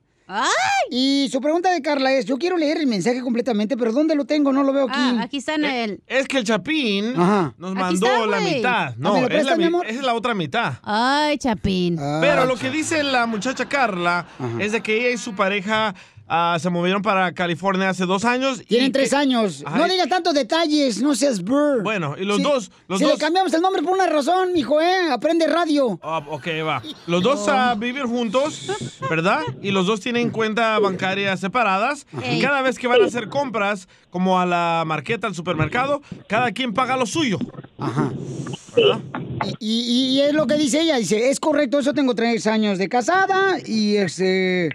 S1: Y su pregunta de Carla es, yo quiero leer el mensaje completamente, pero ¿dónde lo tengo? No lo veo aquí. Eh,
S10: Ah, aquí está en el.
S3: Es que el Chapín
S1: Ajá.
S3: nos
S10: Aquí
S3: mandó
S10: está,
S3: la
S10: güey.
S3: mitad. No,
S10: Ah, ¿me lo
S3: es, la,
S10: prestas, mi
S3: mi-
S10: amor?
S3: es la otra mitad.
S10: Ay, Chapín.
S1: Ah.
S3: Pero lo que dice la muchacha Carla
S10: Ajá.
S3: es de que ella y su pareja ah, se movieron para California hace dos años.
S1: Tienen tres años. No digas tantos detalles, no seas burr.
S3: Bueno, y los
S1: Si-
S3: dos, los
S1: si
S3: dos.
S1: le cambiamos el nombre por una razón, mijo, ¿eh? Aprende radio.
S3: Ah, ok, va. Los dos
S1: Oh.
S3: ah, viven juntos, ¿verdad? Y los dos tienen cuenta bancaria separadas.
S1: Ey.
S3: Y cada vez que van a hacer compras, como a la marqueta, al supermercado, cada quien paga lo suyo. Ajá.
S1: Y, y- y es lo que dice ella, dice, es correcto, eso tengo tres años de casada y este,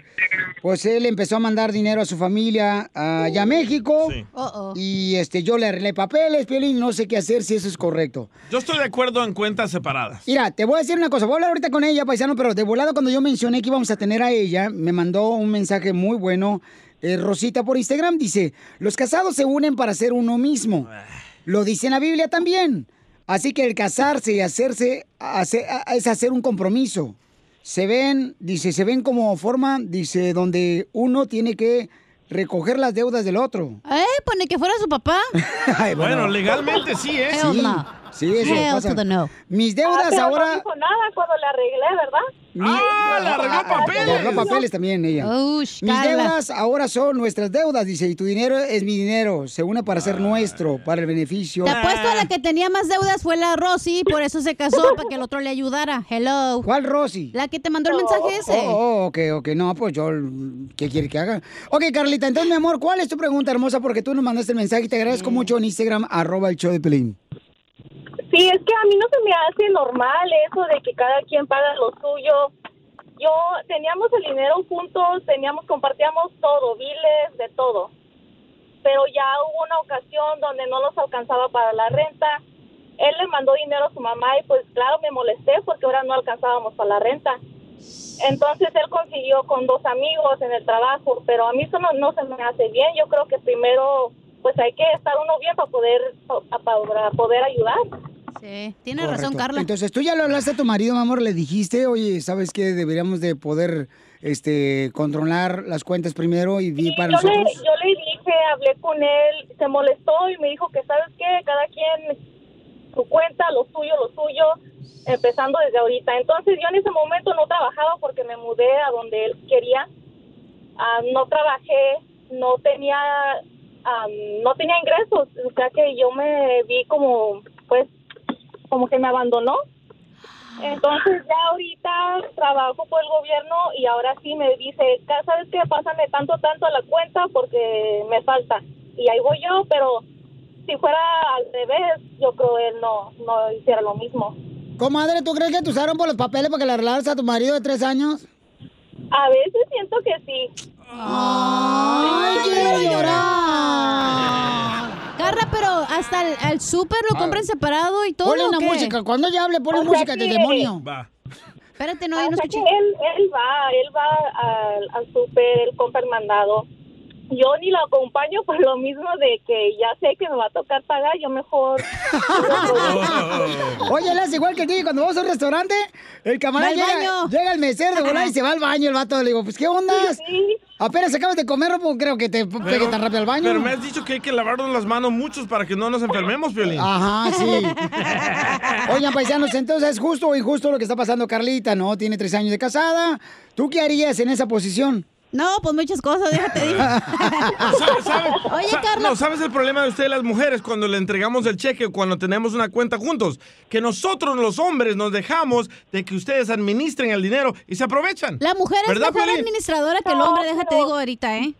S1: pues él empezó a mandar dinero a su familia allá a México
S10: Oh,
S1: y este, yo le arreglé papeles, Piolín, no sé qué hacer si eso es correcto.
S3: Yo estoy de acuerdo en cuentas separadas.
S1: Mira, te voy a decir una cosa, voy a hablar ahorita con ella, paisano, pero de volada cuando yo mencioné que íbamos a tener a ella, me mandó un mensaje muy bueno. eh, Rosita por Instagram dice, los casados se unen para ser uno mismo. Lo dice en la Biblia también. Así que el casarse y hacerse hace- a- es hacer un compromiso. Se ven, dice, se ven como forma, dice, donde uno tiene que recoger las deudas del otro.
S10: Eh, pone que fuera su papá.
S1: Ay,
S3: Bueno, legalmente sí, ¿eh?
S1: Sí, sí, eso
S10: Hell
S1: pasa.
S10: to the no.
S1: Mis deudas
S17: Ah, pero
S1: ahora...
S17: No dijo nada cuando la arreglé, ¿verdad?
S1: ¡Ah,
S17: le arregló papeles!
S1: Le arregló papeles también ella.
S10: Oh,
S17: Ush,
S1: Mis
S17: Carla.
S1: deudas ahora son nuestras deudas, dice, y tu dinero es mi dinero, se une para ser nuestro, para el beneficio.
S10: Te apuesto a la que tenía más deudas fue la Rosy, por eso se casó, para que el otro le ayudara. Hello.
S1: ¿Cuál Rosy?
S10: La que te mandó el mensaje ese.
S1: Oh, oh, ok, ok, no, pues yo, ¿qué quiere que haga? Ok, Carlita, entonces, mi amor, ¿cuál es tu pregunta, hermosa? Porque tú nos mandaste el mensaje y te agradezco mucho en Instagram, arroba el show de Pelín.
S17: Sí, es que a mí no se me hace normal eso de que cada quien paga lo suyo. Yo teníamos el dinero juntos, teníamos, compartíamos todo, biles, de todo. Pero ya hubo una ocasión donde no nos alcanzaba para la renta. Él le mandó dinero a su mamá y pues claro, me molesté porque ahora no alcanzábamos para la renta. Entonces él consiguió con dos amigos en el trabajo, pero a mí eso no, no se me hace bien. Yo creo que primero pues hay que estar uno bien para poder, pa- para poder ayudar.
S10: Sí, tiene razón,
S1: Correcto.
S10: Carla.
S1: Entonces, tú ya lo hablaste a tu marido, mi amor, le dijiste, oye, ¿sabes qué? Deberíamos de poder, este, controlar las cuentas primero y vivir para
S17: yo le,
S1: nosotros.
S17: yo le dije, hablé con él, se molestó y me dijo que, ¿sabes qué? Cada quien su cuenta, lo suyo, lo suyo, empezando desde ahorita. Entonces yo en ese momento no trabajaba porque me mudé a donde él quería. Ah, no trabajé, no tenía, ah, no tenía ingresos, o sea que yo me vi como, pues, como que me abandonó. Entonces ya ahorita trabajo por el gobierno y ahora sí me dice, "Ca- ¿sabes qué? Pásame tanto, tanto a la cuenta porque me falta. Y ahí voy yo, pero si fuera al revés, yo creo él no, no hiciera lo mismo.
S1: Comadre, ¿tú crees que te usaron por los papeles para que le arreglaras a tu marido de tres años?
S17: A veces siento que sí.
S10: Ay, quiero llorar. Carla, pero hasta el, al súper lo compran separado y todo.
S1: Ponle
S10: ¿o
S1: una
S10: qué?
S1: música, cuando ya hable, ponle música de demonio.
S10: Espérate, no, yo no
S17: Ah, O sea
S10: escuché.
S17: que Él, él va, él va al, al súper, él compra el mandado. Yo ni lo acompaño por lo mismo de que ya sé que me va a tocar pagar, yo mejor...
S1: Oye, él es igual que ti, cuando vamos a un restaurante, el camarada
S17: Va al
S1: llega,
S17: baño.
S1: llega el mesero de volada y se va al baño el vato. Le digo, pues, ¿qué onda? Apenas acabas de comer, pues, creo que te pegue tan rápido al baño.
S3: pero me has dicho que hay que lavarnos las manos muchos para que no nos enfermemos, Violín.
S1: Ajá, sí. Oigan, paisanos, entonces es justo o injusto lo que está pasando Carlita, ¿no? Tiene tres años de casada. ¿Tú qué harías en esa posición?
S10: No, pues muchas cosas, déjate digo. Ah. Oye,
S3: Sa-
S10: Carla.
S3: No, ¿sabes el problema de ustedes las mujeres cuando le entregamos el cheque o cuando tenemos una cuenta juntos? Que nosotros los hombres nos dejamos de que ustedes administren el dinero y se aprovechan.
S10: La mujer es
S3: ¿Verdad,
S10: mejor
S3: Piolín?
S10: administradora que el hombre, déjate digo ahorita, ¿eh?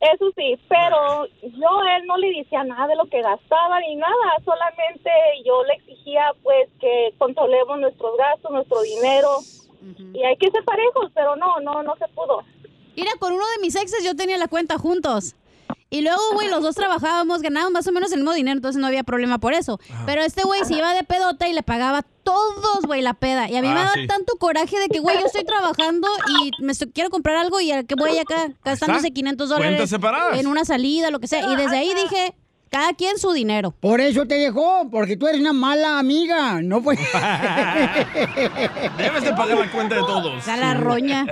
S17: Eso sí, pero yo a él no le decía nada de lo que gastaba ni nada, solamente yo le exigía pues que controlemos nuestros gastos, nuestro dinero y hay que ser parejos, pero no, no, no se pudo.
S10: Mira, con uno de mis exes yo tenía la cuenta juntos. Y luego, güey, los dos trabajábamos, ganábamos más o menos el mismo dinero, entonces no había problema por eso. Pero este güey se iba de pedota y le pagaba todos, güey, la peda. Y a mí me
S6: Ah,
S10: daba
S6: sí.
S10: tanto coraje de que, güey, yo estoy trabajando y me estoy- quiero comprar algo y al que voy acá gastándose
S1: Cuentas
S10: 500 dólares
S1: separadas.
S10: en una salida, lo que sea. Y desde ahí dije, cada quien su dinero.
S1: Por eso te dejó, porque tú eres una mala amiga. No fue.
S3: Debes de pagar la cuenta de todos.
S10: A la roña.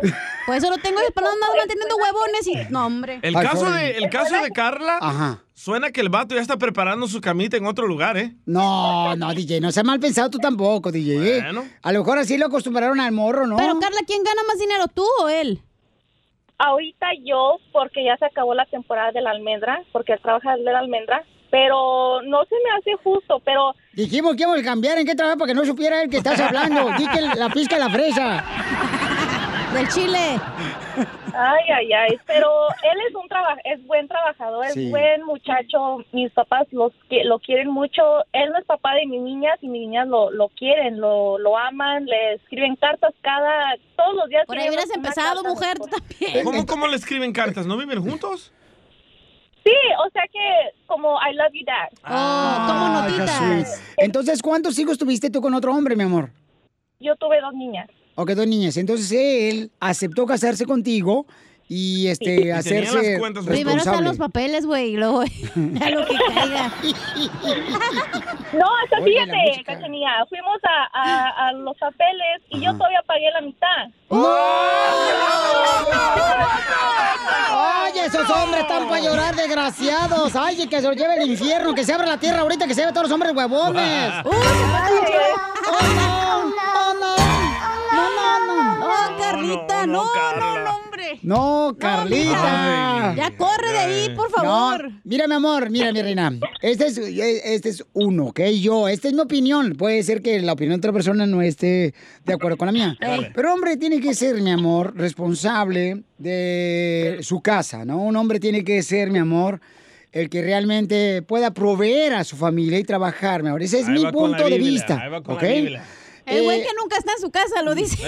S10: Por eso lo tengo esperando andar manteniendo huevones y. No, hombre.
S3: El caso, de, el caso de Carla,
S1: Ajá.
S3: suena que el vato ya está preparando su camita en otro lugar, ¿eh?
S1: No, no, DJ, no seas mal pensado tú tampoco, DJ. ¿eh? A lo mejor así lo acostumbraron al morro, ¿no?
S10: Pero Carla, ¿quién gana más dinero, tú o él?
S17: Ahorita yo, porque ya se acabó la temporada de la almendra, porque él trabaja de la almendra, pero no se me hace justo, pero...
S1: Dijimos que íbamos a cambiar en qué trabajo para que no supiera él que estás hablando. Di que la pizca la fresa.
S10: Del chile.
S17: Ay, ay, ay, pero él es un traba- es buen trabajador, es
S1: Sí.
S17: buen muchacho, mis papás los qui- lo quieren mucho, él no es papá de mis niñas y mis niñas lo, lo quieren, lo, lo aman, le escriben cartas cada, todos los días.
S10: Por ahí hubieras empezado, mujer, tú también.
S3: ¿Cómo, ¿Cómo le escriben cartas? ¿No viven juntos?
S17: Sí, o sea que como I love you dad.
S1: Ah, qué sweet. Entonces, ¿cuántos hijos tuviste tú con otro hombre, mi amor?
S17: Yo tuve dos niñas.
S1: Ok, dos niñas. Entonces él aceptó casarse contigo y este
S10: Sí. Y
S1: hacerse
S10: Primero están
S1: responsable.
S10: los papeles, güey, y luego a lo que caiga.
S17: No, hasta
S10: Oye, la
S17: fíjate, Cachanía, fuimos a, a, a los papeles y yo todavía pagué la mitad.
S1: ¡Ay, esos hombres están para llorar, desgraciados! ¡Ay, que se los lleve el infierno! ¡Que se abra la tierra ahorita! ¡Que se lleve a todos los hombres huevones!
S5: Ujú.
S1: ¡Oh, no! ¡Oh, no! ¡No, no, no!
S10: ¡Oh, Carlita! ¡No, no, no, hombre!
S1: ¡No, Carlita!
S10: mija. Ya corre de ahí, por favor.
S1: No, mira, mi amor, mira, mi reina. Este es, este es uno, ¿ok? Yo, esta es mi opinión. Puede ser que la opinión de otra persona no esté de acuerdo con la mía.
S5: Dale.
S1: Pero hombre tiene que ser, mi amor, responsable de su casa, ¿no? Un hombre tiene que ser, mi amor, el que realmente pueda proveer a su familia y trabajar, mi amor. Ese es
S10: Ahí
S1: mi
S10: va con la
S1: punto de
S10: Biblia,
S1: vista,
S10: ahí va con la
S1: ¿ok?
S10: Biblia. El güey
S1: Eh,
S10: que nunca está en su casa lo dice.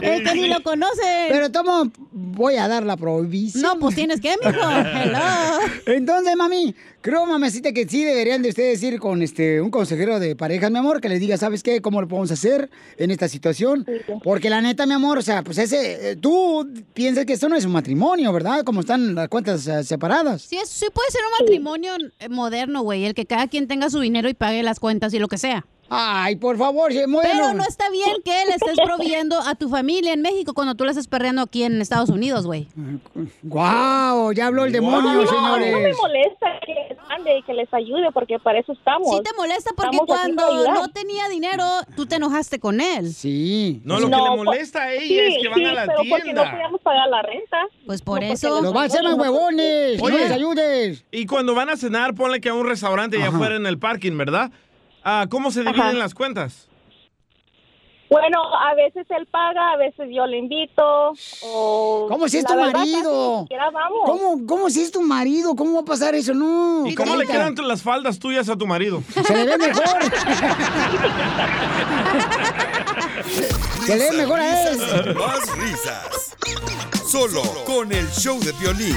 S10: El que Este ni lo conoce.
S1: Pero tomo, voy a dar la provisión.
S10: No, pues tienes que, mijo. Hello.
S1: Entonces, mami, creo, mamacita, que sí deberían de ustedes ir con este un consejero de parejas, mi amor, que les diga, ¿sabes qué? ¿Cómo lo podemos hacer en esta situación? Porque la neta, mi amor, o sea, pues ese, eh, tú piensas que esto no es un matrimonio, ¿verdad? Como están las cuentas eh, separadas.
S10: Sí, es- sí puede ser un matrimonio eh, moderno, güey, el que cada quien tenga su dinero y pague las cuentas y lo que sea.
S1: Ay, por favor, se mueven.
S10: Pero no está bien que le estés proviendo a tu familia en México cuando tú la estás perdiendo aquí en Estados Unidos, güey.
S1: Mm. ¡Guau! ya habló el demonio,
S17: no,
S1: señores.
S17: No me molesta que les mande y que les ayude, porque para eso estamos.
S10: Sí te molesta porque
S17: Estamos aquí para
S10: cuando
S17: ayudar.
S10: no tenía dinero, tú te enojaste con él.
S1: Sí.
S3: No, lo que le molesta a ella es que van a la tienda.
S17: pagar la renta.
S10: Pues por eso.
S1: ¡Los va a hacer más huevones!
S3: Oye.
S1: ¡No les ayudes!
S3: Y cuando van a cenar, ponle que a un restaurante ya fuera en el parking, ¿verdad? Ah, ¿Cómo se dividen las cuentas?
S17: Bueno, a veces él paga, a veces yo le invito. O
S1: ¿Cómo si es
S17: La
S1: tu
S17: verdad, casi ni
S1: marido?
S17: siquiera vamos.
S1: ¿Cómo, ¿Cómo si es tu marido? ¿Cómo va a pasar eso? No.
S3: ¿Y cómo le
S1: Carlita.
S3: quedan las faldas tuyas a tu marido?
S1: Se le ve mejor. Se le ve mejor a él.
S7: Risas, Más risas. Solo con el show de violín.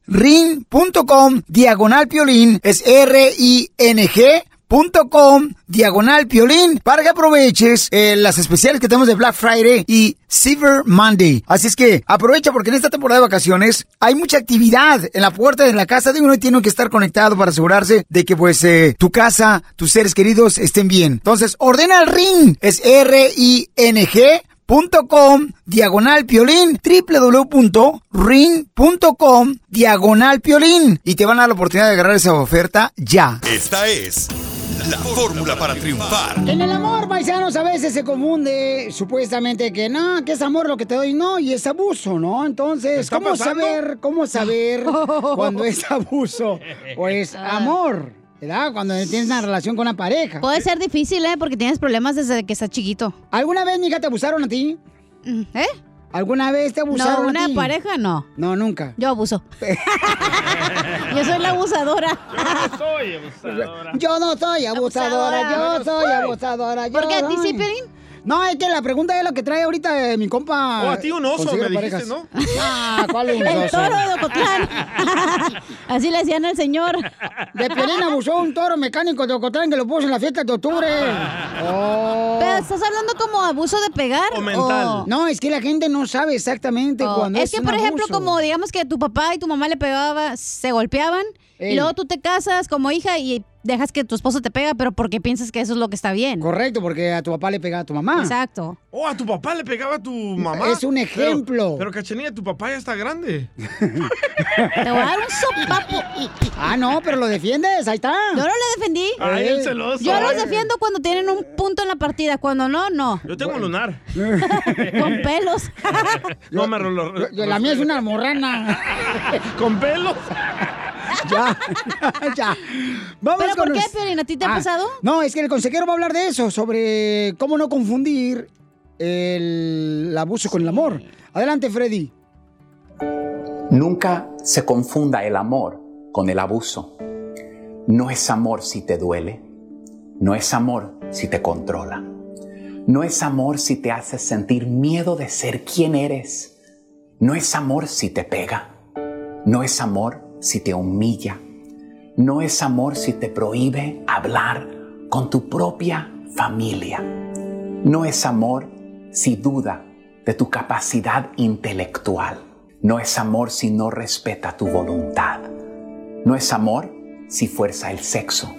S1: ring.com diagonal piolín es r-i-n-g.com diagonal piolín para que aproveches eh, las especiales que tenemos de Black Friday y Silver Monday. Así es que aprovecha porque en esta temporada de vacaciones hay mucha actividad en la puerta de la casa de uno y tiene que estar conectado para asegurarse de que pues eh, tu casa, tus seres queridos estén bien. Entonces ordena el ring es r-i-n-g ring.com diagonal piolín www.ring.com diagonal piolín y te van a dar la oportunidad de agarrar esa oferta ya.
S7: Esta es la fórmula para triunfar.
S1: En el amor, paisanos, a veces se confunde supuestamente que no, que es amor lo que te doy, no, y es abuso, ¿no? Entonces,
S5: ¿Está
S1: ¿cómo
S5: pasando?
S1: saber, cómo saber cuando es abuso o es Pues,
S10: Ah.
S1: amor? ¿Verdad? Cuando tienes una relación con una pareja.
S10: Puede ser difícil, ¿eh? Porque tienes problemas desde que estás chiquito.
S1: ¿Alguna vez, mija, te abusaron a ti?
S10: ¿Eh?
S1: ¿Alguna vez te abusaron
S10: No,
S1: a
S10: una
S1: ti?
S10: pareja no.
S1: No, nunca.
S10: Yo abuso. Yo soy la abusadora.
S1: Yo no soy abusadora,
S10: Abusadora.
S1: yo soy abusadora. yo
S10: ¿Por qué a ti
S1: soy.
S10: sí, Piolín?
S1: No, es que la pregunta es lo que trae ahorita eh, mi compa.
S3: Oh, a ti un oso,
S1: Consejero
S3: me
S1: Parejas.
S3: dijiste, ¿no?
S1: Ah, ¿cuál un
S10: El
S1: oso?
S10: toro de Ocotlán.
S1: Así le decían al señor. De Piolín abusó un toro mecánico de Ocotlán que lo puso en la fiesta de octubre. Oh.
S10: Pero estás hablando como abuso de pegar. o-
S1: No, es que la gente no sabe exactamente
S10: Oh,
S1: cuando es
S10: es que,
S1: un
S10: por ejemplo,
S1: abuso.
S10: como digamos que tu papá y tu mamá le pegaban, se golpeaban,
S1: Ey.
S10: y luego tú te casas como hija y dejas que tu esposo te pega, pero porque piensas que eso es lo que está bien.
S1: Correcto, porque a tu papá le pegaba a tu mamá.
S10: Exacto.
S3: Oh, a tu papá le pegaba a tu mamá.
S1: Es un
S3: Pero-
S1: ejemplo.
S3: Pero, Cachanilla, tu papá ya está grande.
S1: Te voy a dar un sopapo. Ah, no, pero lo defiendes, ahí está.
S10: Yo no le defendí.
S3: Ay, el celoso.
S10: Yo los
S3: Ay.
S10: defiendo cuando tienen un punto en la partida, cuando no, no.
S3: Yo tengo lunar.
S10: Con pelos.
S3: No me lo-
S1: Yo- yo- La mía es una morrana.
S3: ¿Con pelos?
S1: ya, ya. Vamos
S10: ¿Pero
S1: con
S10: por qué,
S1: los- Ah,
S10: Piolín? ¿A ti te ha pasado?
S1: No, es que el consejero va a hablar de eso, sobre cómo no confundir el, abuso con el amor. Adelante, Freddy.
S18: Nunca se confunda el amor con el abuso. No es amor si te duele. No es amor si te controla. No es amor si te hace sentir miedo de ser quien eres. No es amor si te pega. No es amor si te humilla. No es amor si te prohíbe hablar con tu propia familia. No es amor si duda de tu capacidad intelectual. No es amor si no respeta tu voluntad. No es amor si fuerza el sexo.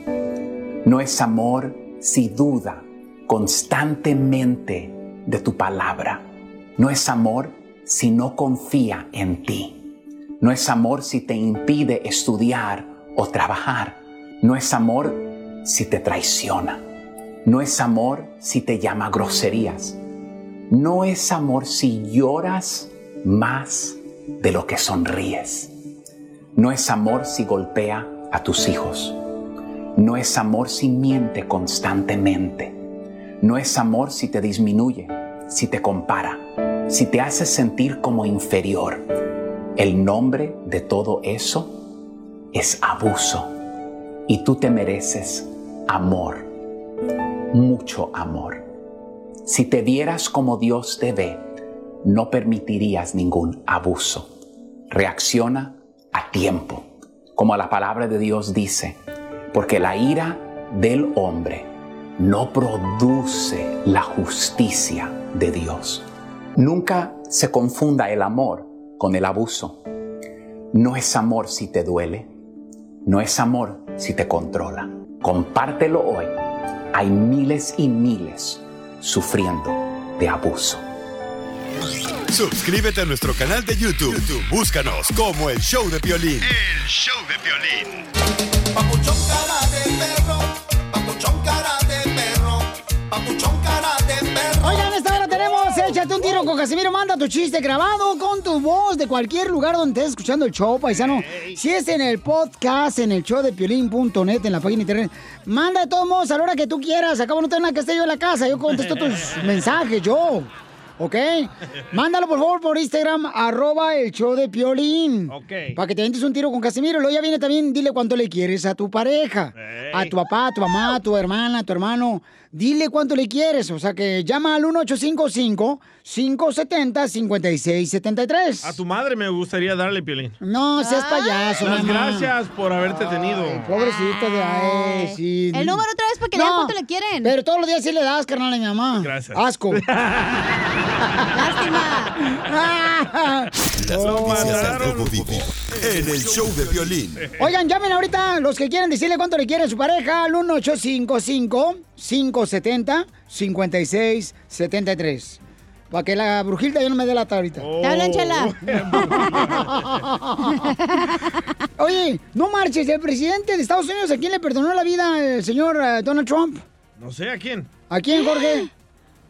S18: No es amor si duda constantemente de tu palabra. No es amor si no confía en ti. No es amor si te impide estudiar o trabajar. No es amor si te traiciona. No es amor si te llama groserías. No es amor si lloras más de lo que sonríes. No es amor si golpea a tus hijos. No es amor si miente constantemente. No es amor si te disminuye, si te compara, si te hace sentir como inferior. El nombre de todo eso es abuso. Y tú te mereces amor, mucho amor. Si te vieras como Dios te ve, no permitirías ningún abuso. Reacciona a tiempo, como la palabra de Dios dice, porque la ira del hombre no produce la justicia de Dios. Nunca se confunda el amor con el abuso. No es amor si te duele, no es amor si te controla. Compártelo hoy. Hay miles y miles sufriendo de abuso.
S7: Suscríbete a nuestro canal de YouTube. YouTube, Búscanos como el show de Piolín.
S9: El show de violín. Papuchón cara de perro, papuchón cara de perro, papuchón cara de perro.
S1: Oigan, esta hora tenemos Échate un tiro con Casimiro. Manda tu chiste grabado con tu voz de cualquier lugar donde estés escuchando el show, paisano. Si es en el podcast, en el show de piolín.net, en la página de internet, manda de todos modos a la hora que tú quieras. Acabo no tengo nada que esté yo en la casa. Yo contesto tus mensajes, yo. ¿Ok? Mándalo por favor por Instagram, arroba el show de Piolín.
S9: Ok.
S1: Para que te entes un tiro con Casimiro. Luego ya viene también, dile cuánto le quieres a tu pareja. A tu papá, a tu mamá, a tu hermana, a tu hermano. Dile cuánto le quieres. O sea que llama al 1855-570-5673.
S10: Ah,
S3: A tu madre me gustaría darle, Piolín.
S1: No seas payaso,
S3: Las
S1: mamá.
S3: gracias por haberte tenido.
S1: Pobrecito de ay, sí.
S10: El número otra vez para que
S1: No,
S10: lean cuánto le quieren.
S1: Pero todos los días sí le das, carnal, a mi mamá.
S3: Gracias.
S1: Asco.
S10: Lástima.
S7: Las noticias del Robo Vivo en el show de Piolín.
S1: Eh. Oigan, llamen ahorita los que quieren decirle cuánto le quieren a su pareja al 1855-570-5673. Para que la brujilda yo no me dé la ahorita.
S10: Te hablan, Chela.
S1: Oh. Oye, no marches, el presidente de Estados Unidos, ¿a quién le perdonó la vida el señor eh, Donald Trump?
S3: No sé a quién.
S1: ¿A quién, Jorge?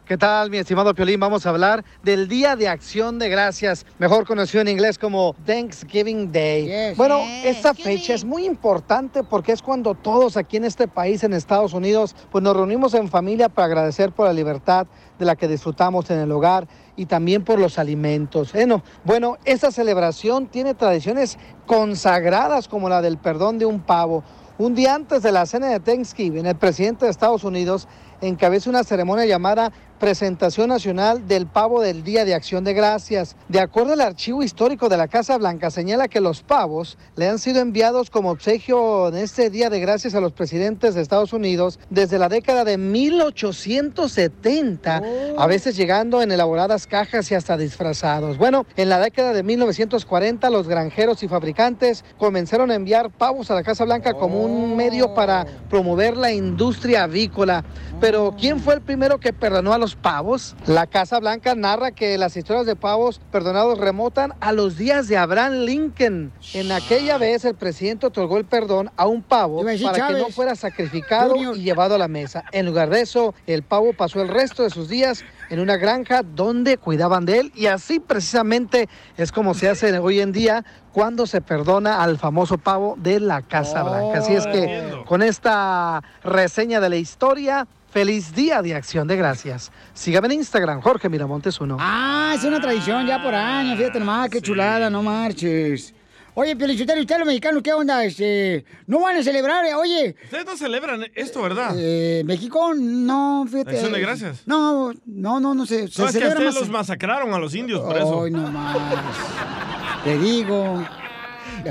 S5: ¿Qué tal, mi estimado Piolín? Vamos a hablar del Día de Acción de Gracias, mejor conocido en inglés como Thanksgiving Day. Bueno, esta fecha es muy importante porque es cuando todos aquí en este país, en Estados Unidos, pues nos reunimos en familia para agradecer por la libertad de la que disfrutamos en el hogar y también por los alimentos. ¿eh? No, Bueno, esta celebración tiene tradiciones consagradas como la del perdón de un pavo Un día antes de la cena de Thanksgiving, el presidente de Estados Unidos encabeza una ceremonia llamada Presentación Nacional del Pavo del Día de Acción de Gracias. De acuerdo al archivo histórico de la Casa Blanca, señala que los pavos le han sido enviados como obsequio en este Día de Gracias a los presidentes de Estados Unidos desde la década de 1870, a veces llegando en elaboradas cajas y hasta disfrazados. Bueno, en la década de 1940 los granjeros y fabricantes comenzaron a enviar pavos a la Casa Blanca como
S1: Oh.
S5: un medio para promover la industria avícola.
S1: Ah.
S5: Pero ¿quién fue el primero que perdonó a los pavos? La Casa Blanca narra que las historias de pavos perdonados remotan a los días de Abraham Lincoln. En aquella vez el presidente otorgó el perdón a un pavo
S1: Iba a decir
S5: para que
S1: Chávez.
S5: no fuera sacrificado y llevado a la mesa. En lugar de eso, el pavo pasó el resto de sus días en una granja donde cuidaban de él y así precisamente es como se hace hoy en día cuando se perdona al famoso pavo de la Casa Blanca. Así es que con esta reseña de la historia, feliz día de Acción de Gracias. Sígame en Instagram, Jorge Miramontes 1.
S1: Ah, es una tradición ya por años, fíjate nomás, qué chulada, no marches. Oye, Pelichotero, ¿ustedes los mexicanos qué onda? Este, no van a celebrar, eh? oye.
S3: Ustedes no celebran esto, ¿verdad?
S1: Eh, México, no, fíjate.
S3: Acción de gracias.
S1: No, no, no, no sé. Se
S3: No, es que a
S1: celebra
S3: ustedes
S1: más-
S3: los masacraron a los indios por eso.
S1: Ay, no más. Te digo.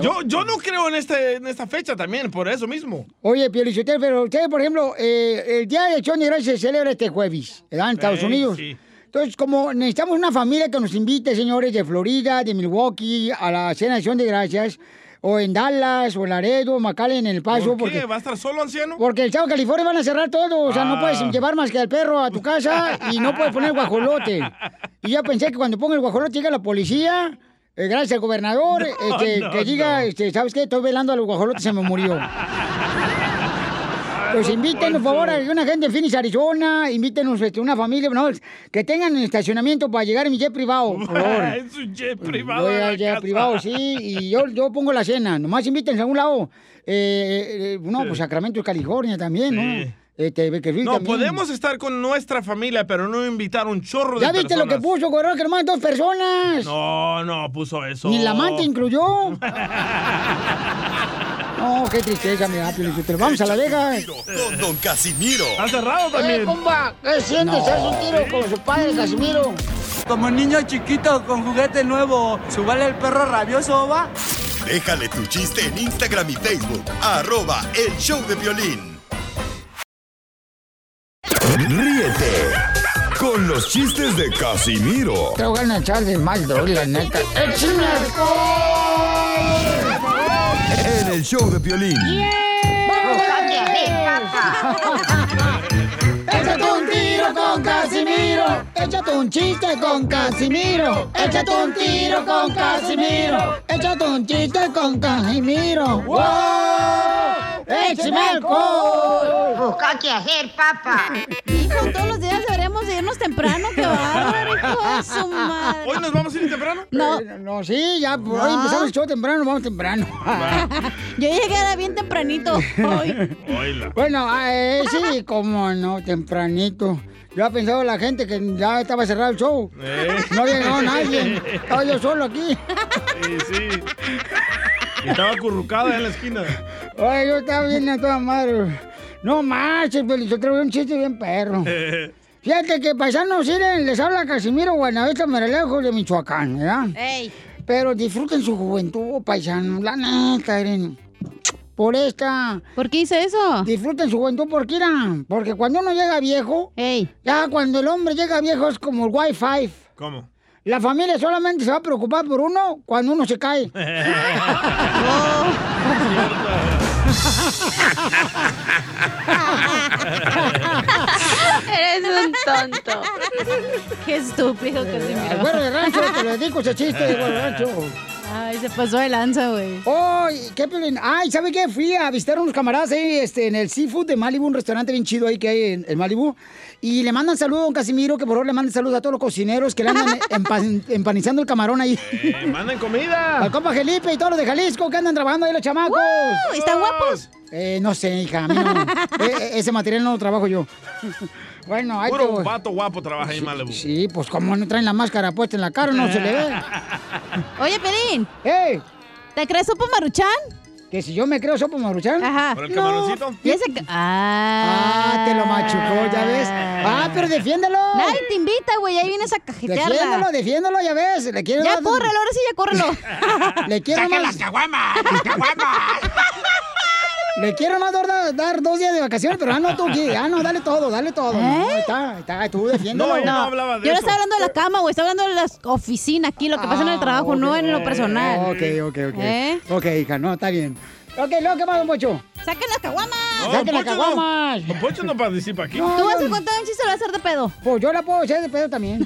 S3: Yo, yo no creo en, este, en esta fecha también, por eso mismo.
S1: Oye, Piolichotel, pero ustedes, por ejemplo, eh, el Día de Acción de Gracias se celebra este jueves, ¿verdad? En Estados
S3: Ey,
S1: Unidos.
S3: sí.
S1: Entonces, como necesitamos una familia que nos invite, señores, de Florida, de Milwaukee, a la cena de Acción de Gracias, o en Dallas, o en Laredo, McAllen, en El Paso,
S3: ¿Por qué?
S1: Ah, porque...
S3: ¿Va a estar solo, anciano?
S1: Porque el Chavo California van a cerrar todo, o sea, no
S3: Ah.
S1: puedes llevar más que al perro a tu casa y no puedes poner guajolote. Y ya pensé que cuando ponga el guajolote llega la policía, eh, gracias al gobernador,
S9: No,
S1: este,
S9: no,
S1: que diga, este, ¿sabes qué? Estoy velando a los guajolotes, se me murió. Pues invítenos, por favor, a una gente en Phoenix, Arizona, invítenos este, una familia, no, que tengan estacionamiento para llegar en mi jet privado, por favor.
S3: es un jet privado.
S1: Voy
S3: de la
S1: al día
S3: casa.
S1: privado, sí, y yo, yo pongo la cena. Nomás invítense a un lado. Eh, eh, no, pues Sacramento, California también, ¿no? Este, Beckerfield
S3: No,
S1: también.
S3: podemos estar con nuestra familia, pero no invitar un chorro de
S1: ¿Ya viste lo que
S3: personas.
S1: puso, gorro que nomás dos personas?
S3: No, no, puso eso.
S1: Ni la amante incluyó. no, qué tristeza me da, Piolichotelo. Vamos a la Vega.
S7: Con Don Casimiro.
S1: Está cerrado también. Eh, compa, ¿qué sientes?
S7: No.
S1: ¿Haz un tiro con su padre, Casimiro?
S6: Como niño chiquito con juguete nuevo, ¿subale el perro rabioso va?
S7: Déjale tu chiste en Instagram y Facebook. Arroba el show de violín. Ríete con los chistes de Casimiro
S1: Te voy a echar de mal, doy, la neta. ¡Échame
S7: en el show de violín.
S1: Échate un tiro con Casimiro. Échate un chiste con Casimiro. Échate un tiro con Casimiro. Échate un chiste con Casimiro. ¡Wow! ¡Échame alcohol!
S10: Busca que hacer, papá. Hijo, todos los días deberíamos de irnos temprano, que bárbaro, hijo de su madre.
S3: ¿Hoy nos vamos a ir temprano?
S1: No, no, sí, ya por hoy
S10: No.
S1: empezamos el show temprano, vamos temprano.
S10: Yo llegué era bien tempranito hoy.
S1: Bueno, eh, sí, como no, tempranito. Yo ha pensado la gente que ya estaba cerrado el show.
S9: ¿Eh?
S1: No había llegado nadie. Estaba yo solo aquí.
S3: Sí, sí. Y estaba currucada en la esquina.
S1: Oye, yo estaba bien a toda madre. No marches, pero yo traigo un chiste bien perro. Fíjate que paisanos, miren, les habla Casimiro Guanaveta Merelejos de Michoacán, ¿verdad? Pero disfruten su juventud, paisanos, la neta, miren. Por esta.
S10: ¿Por qué hice eso?
S1: Disfruten su juventud, porque irán. Porque cuando uno llega viejo, ya cuando el hombre llega viejo es como el Wi-Fi.
S3: ¿Cómo?
S1: La familia solamente se va a preocupar por uno cuando uno se cae.
S10: Eres un tonto. Qué estúpido que se
S1: Al güero de rancho, te lo dedico ese chiste de güero de rancho.
S10: Ay, se pasó de lanza, güey.
S1: Ay, qué pelín. Ay, ¿sabe qué? Fui a visitar a unos camaradas ahí este, en el Seafood de Malibu, un restaurante bien chido ahí que hay en, en Malibu. Y le mandan saludos a don Casimiro, que por favor le manden saludos a todos los cocineros que le andan empan- empanizando el camarón ahí.
S3: Eh, manden comida.
S1: Al compa Felipe y todos los de Jalisco que andan trabajando ahí los chamacos.
S10: ¿Están guapos?
S1: Eh, no sé, hija. a mí no. Eh, eh, ese material no lo trabajo yo. Bueno, ahí te
S3: Puro
S1: voy.
S3: vato guapo trabaja ahí en Malibu.
S1: Sí, pues como no traen la máscara puesta en la cara, no se le ve.
S10: Oye, Pelín.
S1: ¡Ey!
S10: ¿Te crees Sopo Maruchan?
S1: Que si yo me creo sopa maruchan. Ajá.
S3: ¿Por el camaroncito?
S10: Y ese ca- Ah.
S1: te lo machucó, ya ves. Ah, pero defiéndelo.
S10: Nadie te invita, güey. Ahí vienes a cajetearla.
S1: Defiéndelo, defiéndolo, ya ves. Le quiero
S10: Ya
S1: dar-
S10: córrelo, ahora sí ya córrelo.
S1: Le quiero
S10: Saca
S1: más.
S10: las
S1: caguamas! Le quiero más dar, dar dos días de vacaciones, pero ah, no, tú, ¿qué? ah, no, dale todo, dale todo. No, ahí está, ahí está, tú defiéndelo.
S10: ¿Eh? Yo no estaba hablando de la cama, güey. Estaba hablando de la oficina aquí, lo que pasa en el trabajo, no en lo personal.
S1: Ah, Ok, ok, ok.
S10: ¿Eh?
S1: Ok, hija, no, está bien. Ok, luego, ¿qué más, don Pocho?
S10: ¡Saquen las caguamas!
S3: No,
S1: Saquen
S3: Don
S1: las
S3: Poncho
S1: caguamas.
S3: No, Don Poncho no participa aquí.
S10: Tú vas a contar un chiste, lo vas a hacer de este pedo.
S1: Pues yo la puedo echar de pedo también.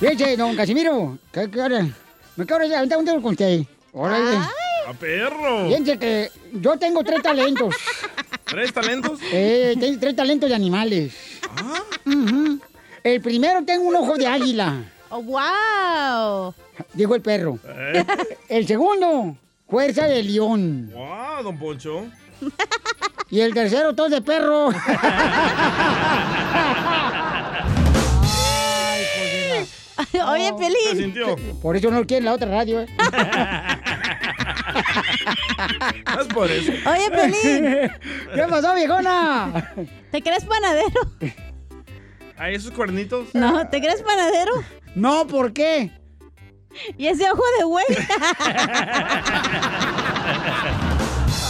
S1: Fíjese, don Casimiro, ¿qué qué hora? Me quiero ya, ahorita un tiro con usted. Órale.
S10: Ah.
S3: ¡A Ah, perro!
S1: Fíjense que yo tengo tres talentos.
S3: ¿Tres talentos?
S1: Eh, tengo tres talentos de animales.
S10: Ah.
S1: Ujú. El primero tengo un ojo de águila.
S10: Oh, wow.
S1: Dijo el perro.
S3: ¿Eh?
S1: El segundo, fuerza de león.
S3: ¡Wow, Don Poncho!
S1: Y el tercero, tos de perro.
S10: Oye, Pelín.
S1: Por eso no quieren la otra radio, ¿eh?
S3: Es por eso.
S10: Oye, Pelín.
S1: ¿Qué pasó, viejona?
S10: ¿Te crees panadero?
S3: ¿A esos cuernitos?
S10: No, ¿te crees panadero?
S1: No, ¿por qué?
S10: Y ese ojo de güey.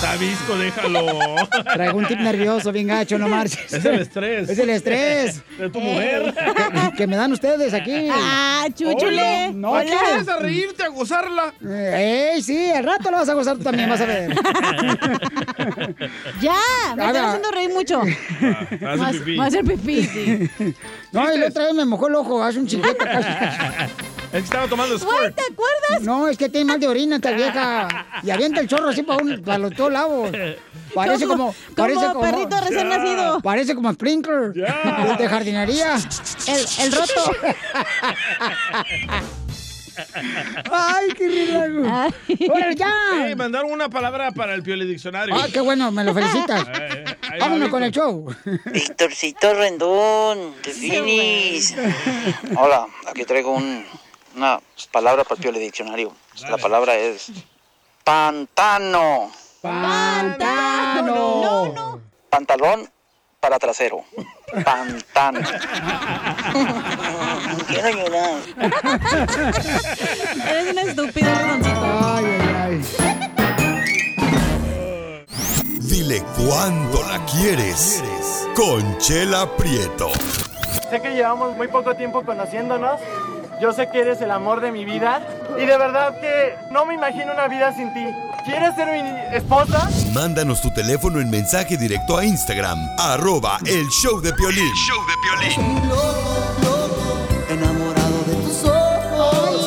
S3: Tabisco, déjalo.
S1: Traigo un tip nervioso, bien gacho, no marches.
S3: Es el estrés.
S1: Es el estrés.
S3: De tu mujer.
S1: Que, que me dan ustedes aquí. Oh,
S10: Ah,
S3: chúchule.
S1: No,
S3: ¿A qué vas a reírte, a gozarla?
S1: Eh, ey, sí, al rato lo vas a gozar tú también, vas a ver.
S10: ya, me
S1: A ver. Ah,
S10: están haciendo reír mucho.
S1: a hacer
S10: Más-
S1: pipí.
S10: más hacer pipí, sí.
S1: No, y la otra vez me mojó el ojo, hace un chiquete
S3: Es que estaba tomando squirt.
S1: ¿Te acuerdas? No, es que tiene mal de orina esta vieja. Y avienta el chorro así para, un- para los dos lados. Parece
S10: Como-
S1: como.
S10: como
S1: parece como
S10: perrito recién Ya. nacido.
S1: Parece como sprinkler. De jardinería.
S10: El, el roto.
S1: Ay, qué relajo. Órale, ya.
S3: Ey, mandaron Eh, una palabra para el Pioli Diccionario.
S1: Ah, qué bueno, me lo felicitas.
S3: Eh, eh, ahí va,
S1: Vámonos
S3: Víctor.
S1: con el show.
S19: Víctorcito Rendón, de Finis. Hola, aquí traigo un- una palabra para el Piole diccionario. La palabra es pantano.
S1: Pantano. No,
S19: Pantalón para trasero. Pantano. Quiero llorar.
S10: Eres un estúpido, Roncito.
S1: Ay, ay,
S10: ay.
S7: Dile cuándo la quieres. Conchela Prieto.
S20: Sé que llevamos muy poco tiempo conociéndonos. Yo sé que eres el amor de mi vida. Y de verdad que no me imagino una vida sin ti. ¿Quieres ser mi esposa?
S7: Mándanos tu teléfono en mensaje directo a Instagram. Arroba el show de Piolín.
S1: Ay,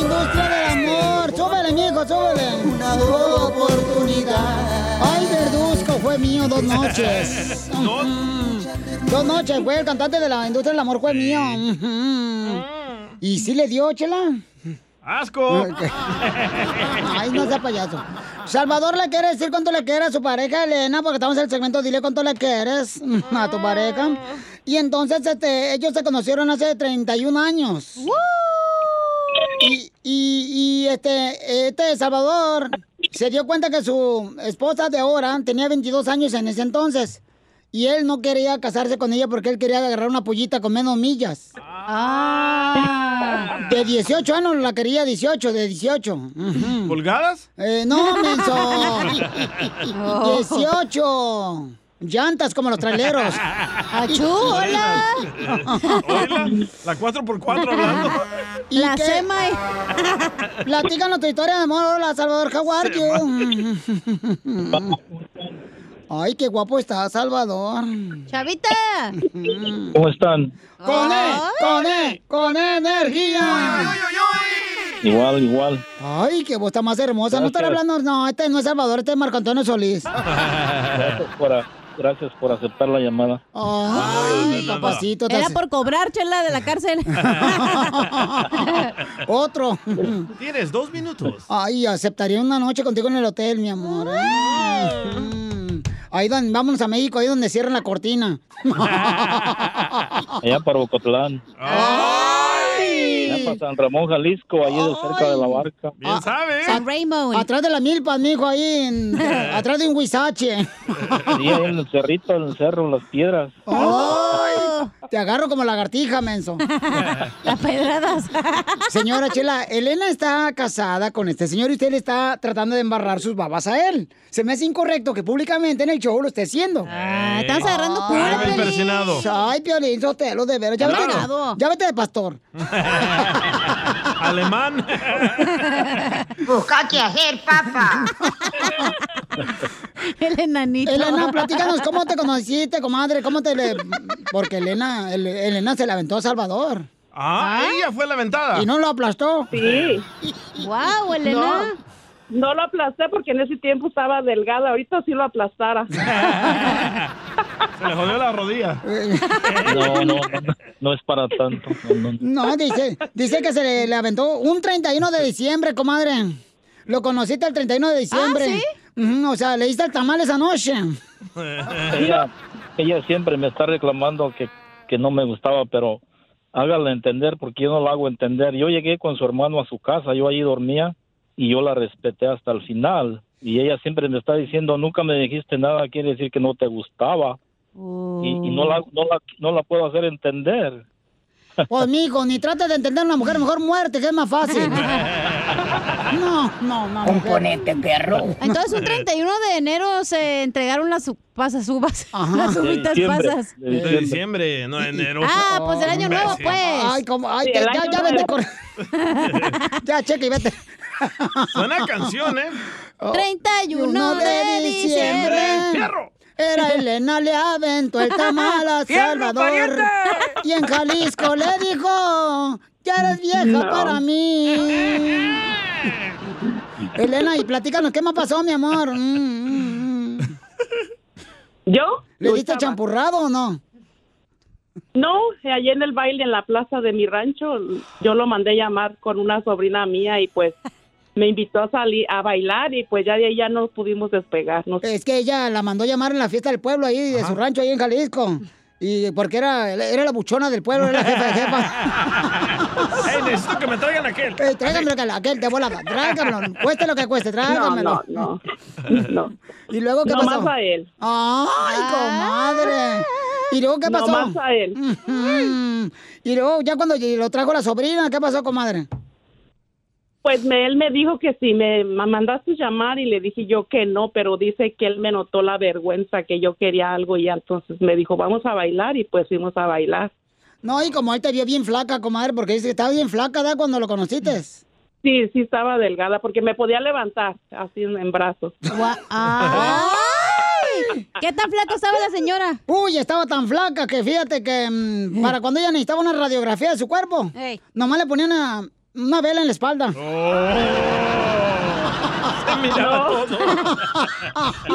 S1: industria del amor. Súbele, mijo, súbele. Una oportunidad. Ay, Verduzco fue mío dos noches. Mm. Dos noches, fue el cantante de la industria del amor fue mío. Ujú. ¿Y sí le dio, chela?
S3: ¡Asco!
S1: Ay, no sea payaso. Salvador le quiere decir cuánto le quiere a su pareja, Elena, porque estamos en el segmento Dile cuánto le quieres a tu pareja. Y entonces este, ellos se conocieron hace 31 años. Y, y- y, este, este Salvador se dio cuenta que su esposa de ahora tenía 22 años en ese entonces. Y él no quería casarse con ella porque él quería agarrar una pollita con menos millas.
S10: Ah.
S1: De 18 años la quería 18, de 18. Ujú.
S3: ¿Pulgadas?
S1: Eh, no, menso.
S10: Oh.
S1: 18. Llantas como los traileros.
S10: ¡Achú, hola!
S3: Oíla, La 4x4 hablando.
S1: ¿Y la Sema. Platícanos tu historia de amor. Hola, Salvador Jaguar. Ay, qué guapo está Salvador.
S10: Chavita.
S21: ¿Cómo están?
S1: Con E, con E, con energía.
S21: Igual, igual.
S1: Ay, qué voz está más hermosa. No estar
S21: Gracias.
S1: hablando. No, este no es Salvador, este es Marco Antonio Solís.
S21: Gracias por, a- gracias por aceptar la llamada.
S1: Ay, papacito. te
S10: Era
S1: hace-
S10: por cobrar, chela, de la cárcel.
S1: Otro.
S3: Tienes dos minutos.
S1: Ay, aceptaría una noche contigo en el hotel, mi amor. Ay, mm. Ahí donde, vámonos a México, ahí donde cierran la cortina.
S21: Allá para Bocotlán.
S1: Ay.
S21: Allá para a San Ramón, Jalisco, ahí del cerca de la barca.
S1: Ah, San Raymond. Atrás de la milpa, mijo, ahí. en- atrás de un huizache.
S21: Sí, ahí en el cerrito, en el cerro, en las piedras.
S1: ¡Ay! Te agarro como lagartija, menso. Las pedradas. Señora Chela, Elena está casada con este señor y usted le está tratando de embarrar sus babas a él. Se me hace incorrecto que públicamente en el show lo esté haciendo. Ah,
S10: estás agarrando
S1: Ay,
S10: cura,
S1: Piolín.
S3: persinado.
S1: Ay, Piolín, Sotelo, de veras. Ya vete,
S10: Claro.
S1: ya vete de pastor.
S3: Alemán.
S1: Busca qué hacer, papá.
S10: El enanito.
S1: Elena, platícanos cómo te conociste, comadre, cómo te le... Porque Elena, el- Elena se la aventó a Salvador.
S3: Ah, ella fue la ventada.
S1: ¿Y no lo aplastó?
S22: Sí.
S10: ¡Guau,
S22: No, no lo aplasté porque en ese tiempo estaba delgada. Ahorita sí lo aplastara.
S21: Se le jodió la rodilla. No, no, no, no es para tanto. no, no.
S1: No, dice, dice que se le, le aventó un 31 de diciembre, comadre. Lo conociste el 31 de diciembre.
S10: Ah,
S21: ¿sí?
S1: Ujú, o sea, le diste el tamal esa noche.
S21: Ella, ella siempre me está reclamando que, que no me gustaba, pero hágala entender porque yo no la hago entender. Yo llegué con su hermano a su casa, yo allí dormía y yo la respeté hasta el final. Y ella siempre me está diciendo, nunca me dijiste nada, quiere decir que no te gustaba. Y, y no, la, no, la, no la puedo hacer entender.
S1: Pues, mijo, ni trates de entender a una mujer, mejor muerte, que es más fácil. No, no, no.
S23: Componente, perro.
S10: Entonces, un 31 de enero se entregaron las u- pasas uvas. Las
S3: De
S10: uvitas
S3: diciembre,
S10: pasas.
S3: De diciembre, no de enero.
S10: Ah, pues el año nuevo,
S3: Imbécil.
S10: pues.
S1: Ay, como, ay,
S10: Sí,
S1: te-
S10: el
S1: ya,
S10: año
S1: ya vete,
S10: nuevo.
S1: corre. ya, cheque y vete.
S3: Suena canción, ¿eh?
S10: 31 de diciembre.
S1: Era Elena, le aventó el tamal a
S10: ¡Fierro,
S1: Salvador.
S10: pariente!
S1: Y en Jalisco le dijo, ya eres vieja
S9: No.
S1: para mí. Elena, y platícanos, ¿qué más pasó, mi amor? Mm,
S22: ¿Yo?
S1: ¿Le diste champurrado o no?
S22: No, allí en el baile en la plaza de mi rancho, yo lo mandé llamar con una sobrina mía y pues me invitó a salir a bailar y pues ya de ahí ya no pudimos despegarnos.
S1: Es que ella la mandó llamar en la fiesta del pueblo ahí, de su rancho ahí en Jalisco. Y porque era, era la buchona del pueblo, era la jefa de jefa.
S3: Ey, necesito que me traigan aquel.
S1: Eh, tráigamelo, que- aquel de volada, tráigamelo, cueste lo que cueste,
S22: no,
S1: tráigamelo.
S22: no,
S1: ¿Y luego qué
S22: No
S1: pasó?
S22: más a él.
S1: ¡Ay, comadre! ¿Y luego qué
S22: No
S1: pasó?
S22: más a él.
S1: Ujú. Y luego, ya cuando lo trajo la sobrina, ¿qué pasó, comadre?
S22: Pues me- él me dijo que si me ma- mandaste llamar y le dije yo que no, pero dice que él me notó la vergüenza que yo quería algo y entonces me dijo vamos a bailar y pues fuimos a bailar.
S1: No, y como él te vio bien flaca, comadre, porque dice que estaba bien flaca, ¿da? Cuando lo conociste.
S22: Sí, sí estaba delgada porque me podía levantar así en, en brazos.
S1: ¡Ay! ¿Qué tan flaca estaba la señora? Uy, estaba tan flaca que fíjate que mm, para cuando ella necesitaba una radiografía de su cuerpo, nomás le ponían una, una vela en la espalda.
S9: miraba No. todo.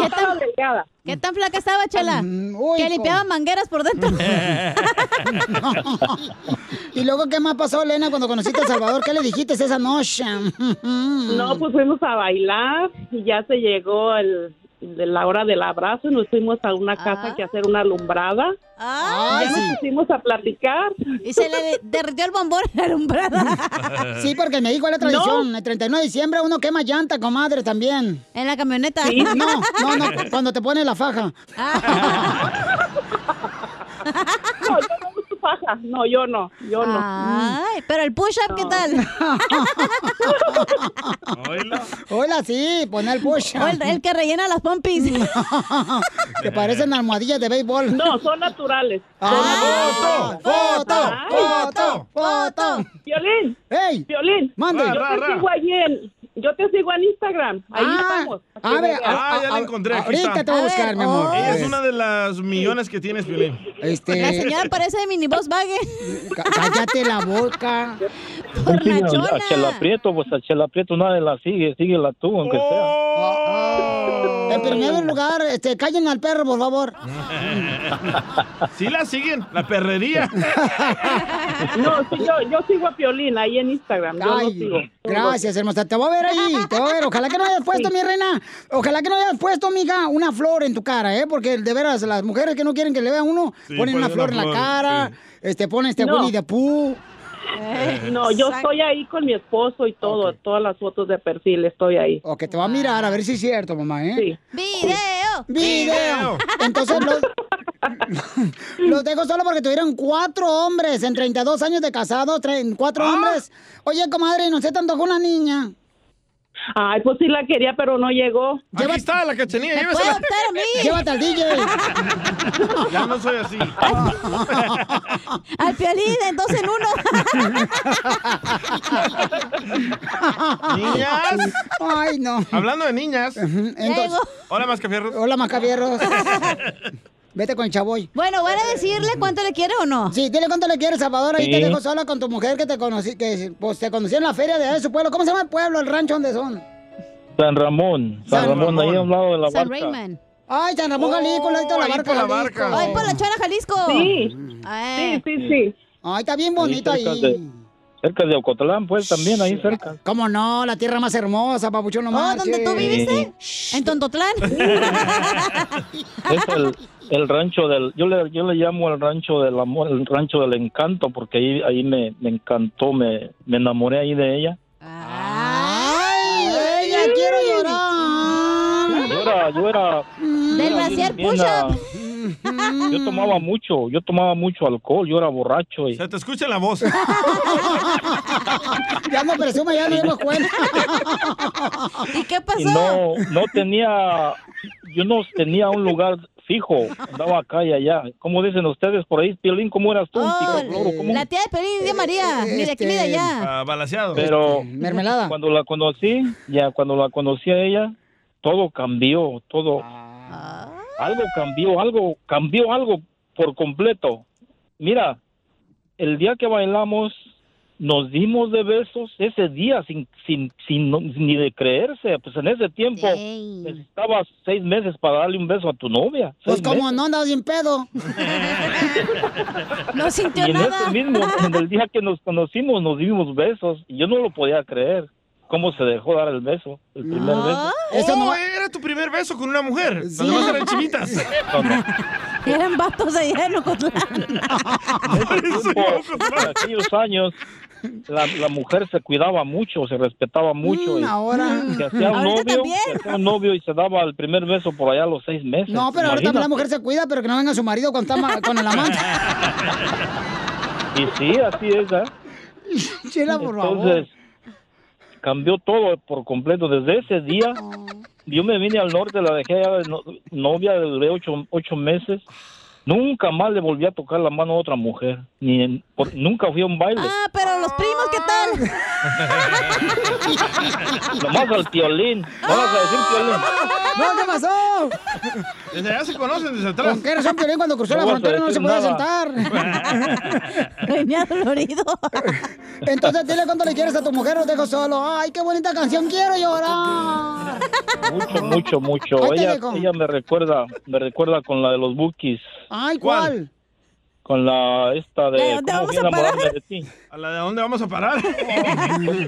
S10: ¿Qué tan, ¿Qué tan flaca estaba, Chela?
S1: Mm,
S10: que limpiaba mangueras por dentro.
S1: ¿Y luego qué más pasó, Elena, cuando conociste a Salvador? ¿Qué le dijiste esa noche?
S22: No, pues fuimos a bailar y ya se llegó el, de la hora del abrazo y nos fuimos a una casa que hacer una alumbrada.
S10: Ay,
S22: ya nos pusimos a platicar.
S10: Y se le derritió el bombón en la alumbrada.
S1: Sí, porque me dijo la tradición. El 31 de diciembre uno quema llanta, comadre, también.
S10: En la camioneta.
S1: Sí. No, no, no, cuando te pone la faja.
S22: No, yo no uso faja. No, yo no, yo no.
S10: Ay, pero el push-up, ¿qué tal?
S1: Hola, sí, pues. poner el push.
S10: O el- el que rellena las pompis.
S1: que parecen almohadillas de béisbol.
S22: No, son naturales.
S1: Ah, ¡Foto! ¡Foto! ¡Foto! ¡Foto!
S22: Violín.
S1: ¡Ey!
S22: Violín.
S1: Mande.
S22: Yo
S1: Ra,
S22: te
S1: ra.
S22: sigo ahí en... Yo te sigo en Instagram. Ahí
S1: Ah,
S22: estamos.
S1: a ver, a-
S3: Ah, ya la
S1: a-
S3: encontré. Aquí
S1: ahorita
S3: está.
S1: te voy a buscar, mi amor.
S3: Ella es
S1: Pues.
S3: una de las millones que tienes, Piolín.
S1: Este...
S10: La señora parece de mini Volkswagen.
S1: Cállate la boca.
S10: Por
S21: Sigue
S10: nachona.
S21: a Chela Prieto, pues a Chela Prieto nadie la sigue, síguela tú, aunque
S10: Oh.
S1: En primer lugar, este, callen al perro, por favor.
S3: Sí la siguen, la perrería.
S22: No, sí, yo, yo sigo a Piolín ahí en Instagram. Yo lo
S1: Ay,
S22: sigo.
S1: Gracias, hermosa. Te voy a ver ahí. Te voy a ver. Ojalá que no hayas puesto, mi reina. Ojalá que no hayas puesto, mija, una flor en tu cara, ¿eh? Porque de veras, las mujeres que no quieren que le vea uno,
S9: Sí,
S1: ponen una
S9: ponen
S1: flor en
S9: una
S1: la
S9: flor,
S1: cara. Este, ponen este
S9: No.
S1: Winnie the Pooh.
S11: Eh, No, yo estoy ahí con mi esposo y todo, todas las fotos de perfil estoy ahí.
S1: O que te va a mirar, a ver si es cierto, mamá, ¿eh? Sí.
S10: ¡Video!
S1: ¡Video! Entonces los, los dejo solo porque tuvieron cuatro hombres en 32 años de casado, tre- cuatro hombres. Oye, comadre, no sé tanto con una niña.
S11: Ay, pues sí la quería, pero no llegó.
S3: Aquí está la cachanilla,
S1: ¿Me
S3: llévesela.
S1: puede optar a mí? Llévate al DJ.
S3: Ya no soy así.
S10: Al piolín, de dos en uno.
S3: Niñas.
S1: Ay, no.
S3: Hablando de niñas.
S1: entonces- llegó.
S3: Hola, Mascafierros.
S1: Hola, Macabierros. Vete con el chaboy.
S10: Bueno, ¿van a decirle cuánto le quiere o no?
S1: Sí, dile cuánto le quieres, Salvador. Ahí
S10: Sí.
S1: te dejo sola con tu mujer que te conocí, que pues, te conocí en la feria de allá de su pueblo. ¿Cómo se llama el pueblo, el rancho donde son?
S21: San Ramón, San,
S10: San
S21: Ramón, ahí a un lado de la
S10: San
S21: barca.
S10: Raymond.
S1: Ay, San
S3: Oh,
S1: Ramón Jalisco, la la barca. Jalisco.
S10: Ay, por la Chora, Jalisco. Ah.
S11: Sí.
S10: Ay.
S11: Sí, sí, sí.
S1: Ay, está bien bonito
S21: cerca
S1: ahí.
S21: De, cerca de Ocotlán, pues también ahí cerca.
S1: ¿Cómo no? La tierra más hermosa, papuchón, no
S10: Oh,
S1: marches.
S10: ¿dónde tú viviste? En Tontotlán.
S21: Es el, el rancho del, yo le, yo le llamo el rancho del amor, el rancho del encanto, porque ahí, ahí me, me encantó, me, me enamoré ahí de ella.
S1: Ay, ella, quiero llorar.
S21: Yo era, yo era,
S10: Del brasier
S21: bien,
S10: push-up.
S21: ah, yo tomaba mucho, yo tomaba mucho alcohol, yo era borracho y
S3: Se te escucha la voz.
S1: ya no presume, ya no dimos cuenta.
S10: ¿Y qué
S21: y
S10: pasó?
S21: no, no tenía, yo no tenía un lugar fijo, andaba acá y allá. ¿Cómo dicen ustedes por ahí, Piolín? ¿Cómo eras tú? un picaflor o cómo?
S10: Oh, La tía de Pelín y de María, ni de aquí ni de
S1: Este,
S10: allá.
S3: Ah, balaseado.
S21: Pero
S1: mermelada.
S21: Cuando la conocí, ya cuando la conocí a ella, todo cambió, todo. Algo cambió, algo cambió algo por completo. Mira, el día que bailamos nos dimos de besos ese día sin sin, sin no- ni de creerse, pues en ese tiempo necesitabas seis meses para darle un beso a tu novia.
S1: Pues
S21: Seis
S1: como
S21: meses.
S1: no andabas bien pedo. no
S21: Y en ese mismo, en el día que nos conocimos, nos dimos besos. Y yo no lo podía creer. ¿Cómo se dejó dar el beso? El primer
S1: ¿Ah?
S21: beso.
S3: Eso no
S1: Eh.
S3: era tu primer beso con una mujer. Las demás eran chivitas.
S21: No, no.
S10: Eran vatos allá en Ocotlán.
S21: En aquellos años, la, la mujer se cuidaba mucho, se respetaba mucho. y
S1: ahora.
S21: Se hacía un
S1: Mm. Ahorita
S21: novio,
S1: también.
S21: se hacía un novio y se daba el primer beso por allá a los seis meses.
S1: No, pero ahorita
S21: Pues, Imagínate.
S1: la mujer se cuida, pero que no venga su marido con, tama- con el amante.
S21: Y sí, así es, ¿eh?
S1: Chela, por favor.
S21: Entonces, cambió todo por completo. Desde ese día, yo me vine al norte, la dejé allá de no- novia, duré ocho, ocho meses. Nunca más le volví a tocar la mano a otra mujer. Ni en- por- nunca fui a un baile.
S10: Ah, pero los primos, ¿qué tal?
S21: Nomás al violín. Vamos a decir violín.
S1: Ah. No, ¿qué pasó?
S3: Desde allá se conocen, desde atrás.
S1: Con que eres un piolín cuando cruzó la
S3: No vas a
S1: frontera no se
S3: decir
S1: podía
S3: nada.
S1: sentar.
S10: Venía dolorido.
S1: Entonces dile cuánto le quieres a tu mujer, los dejo solo. Ay, qué bonita canción, quiero llorar.
S21: Mucho, mucho, mucho.
S1: Ahí te
S21: Ella,
S1: dejo.
S21: ella me recuerda, me recuerda con la de los bookies,
S1: Ay, ¿cuál?
S21: con la esta
S3: ¿De
S21: de
S3: dónde
S21: cómo
S3: vamos
S21: fui
S3: a parar?
S21: enamorarme de ti.
S3: ¿A la de dónde vamos a parar?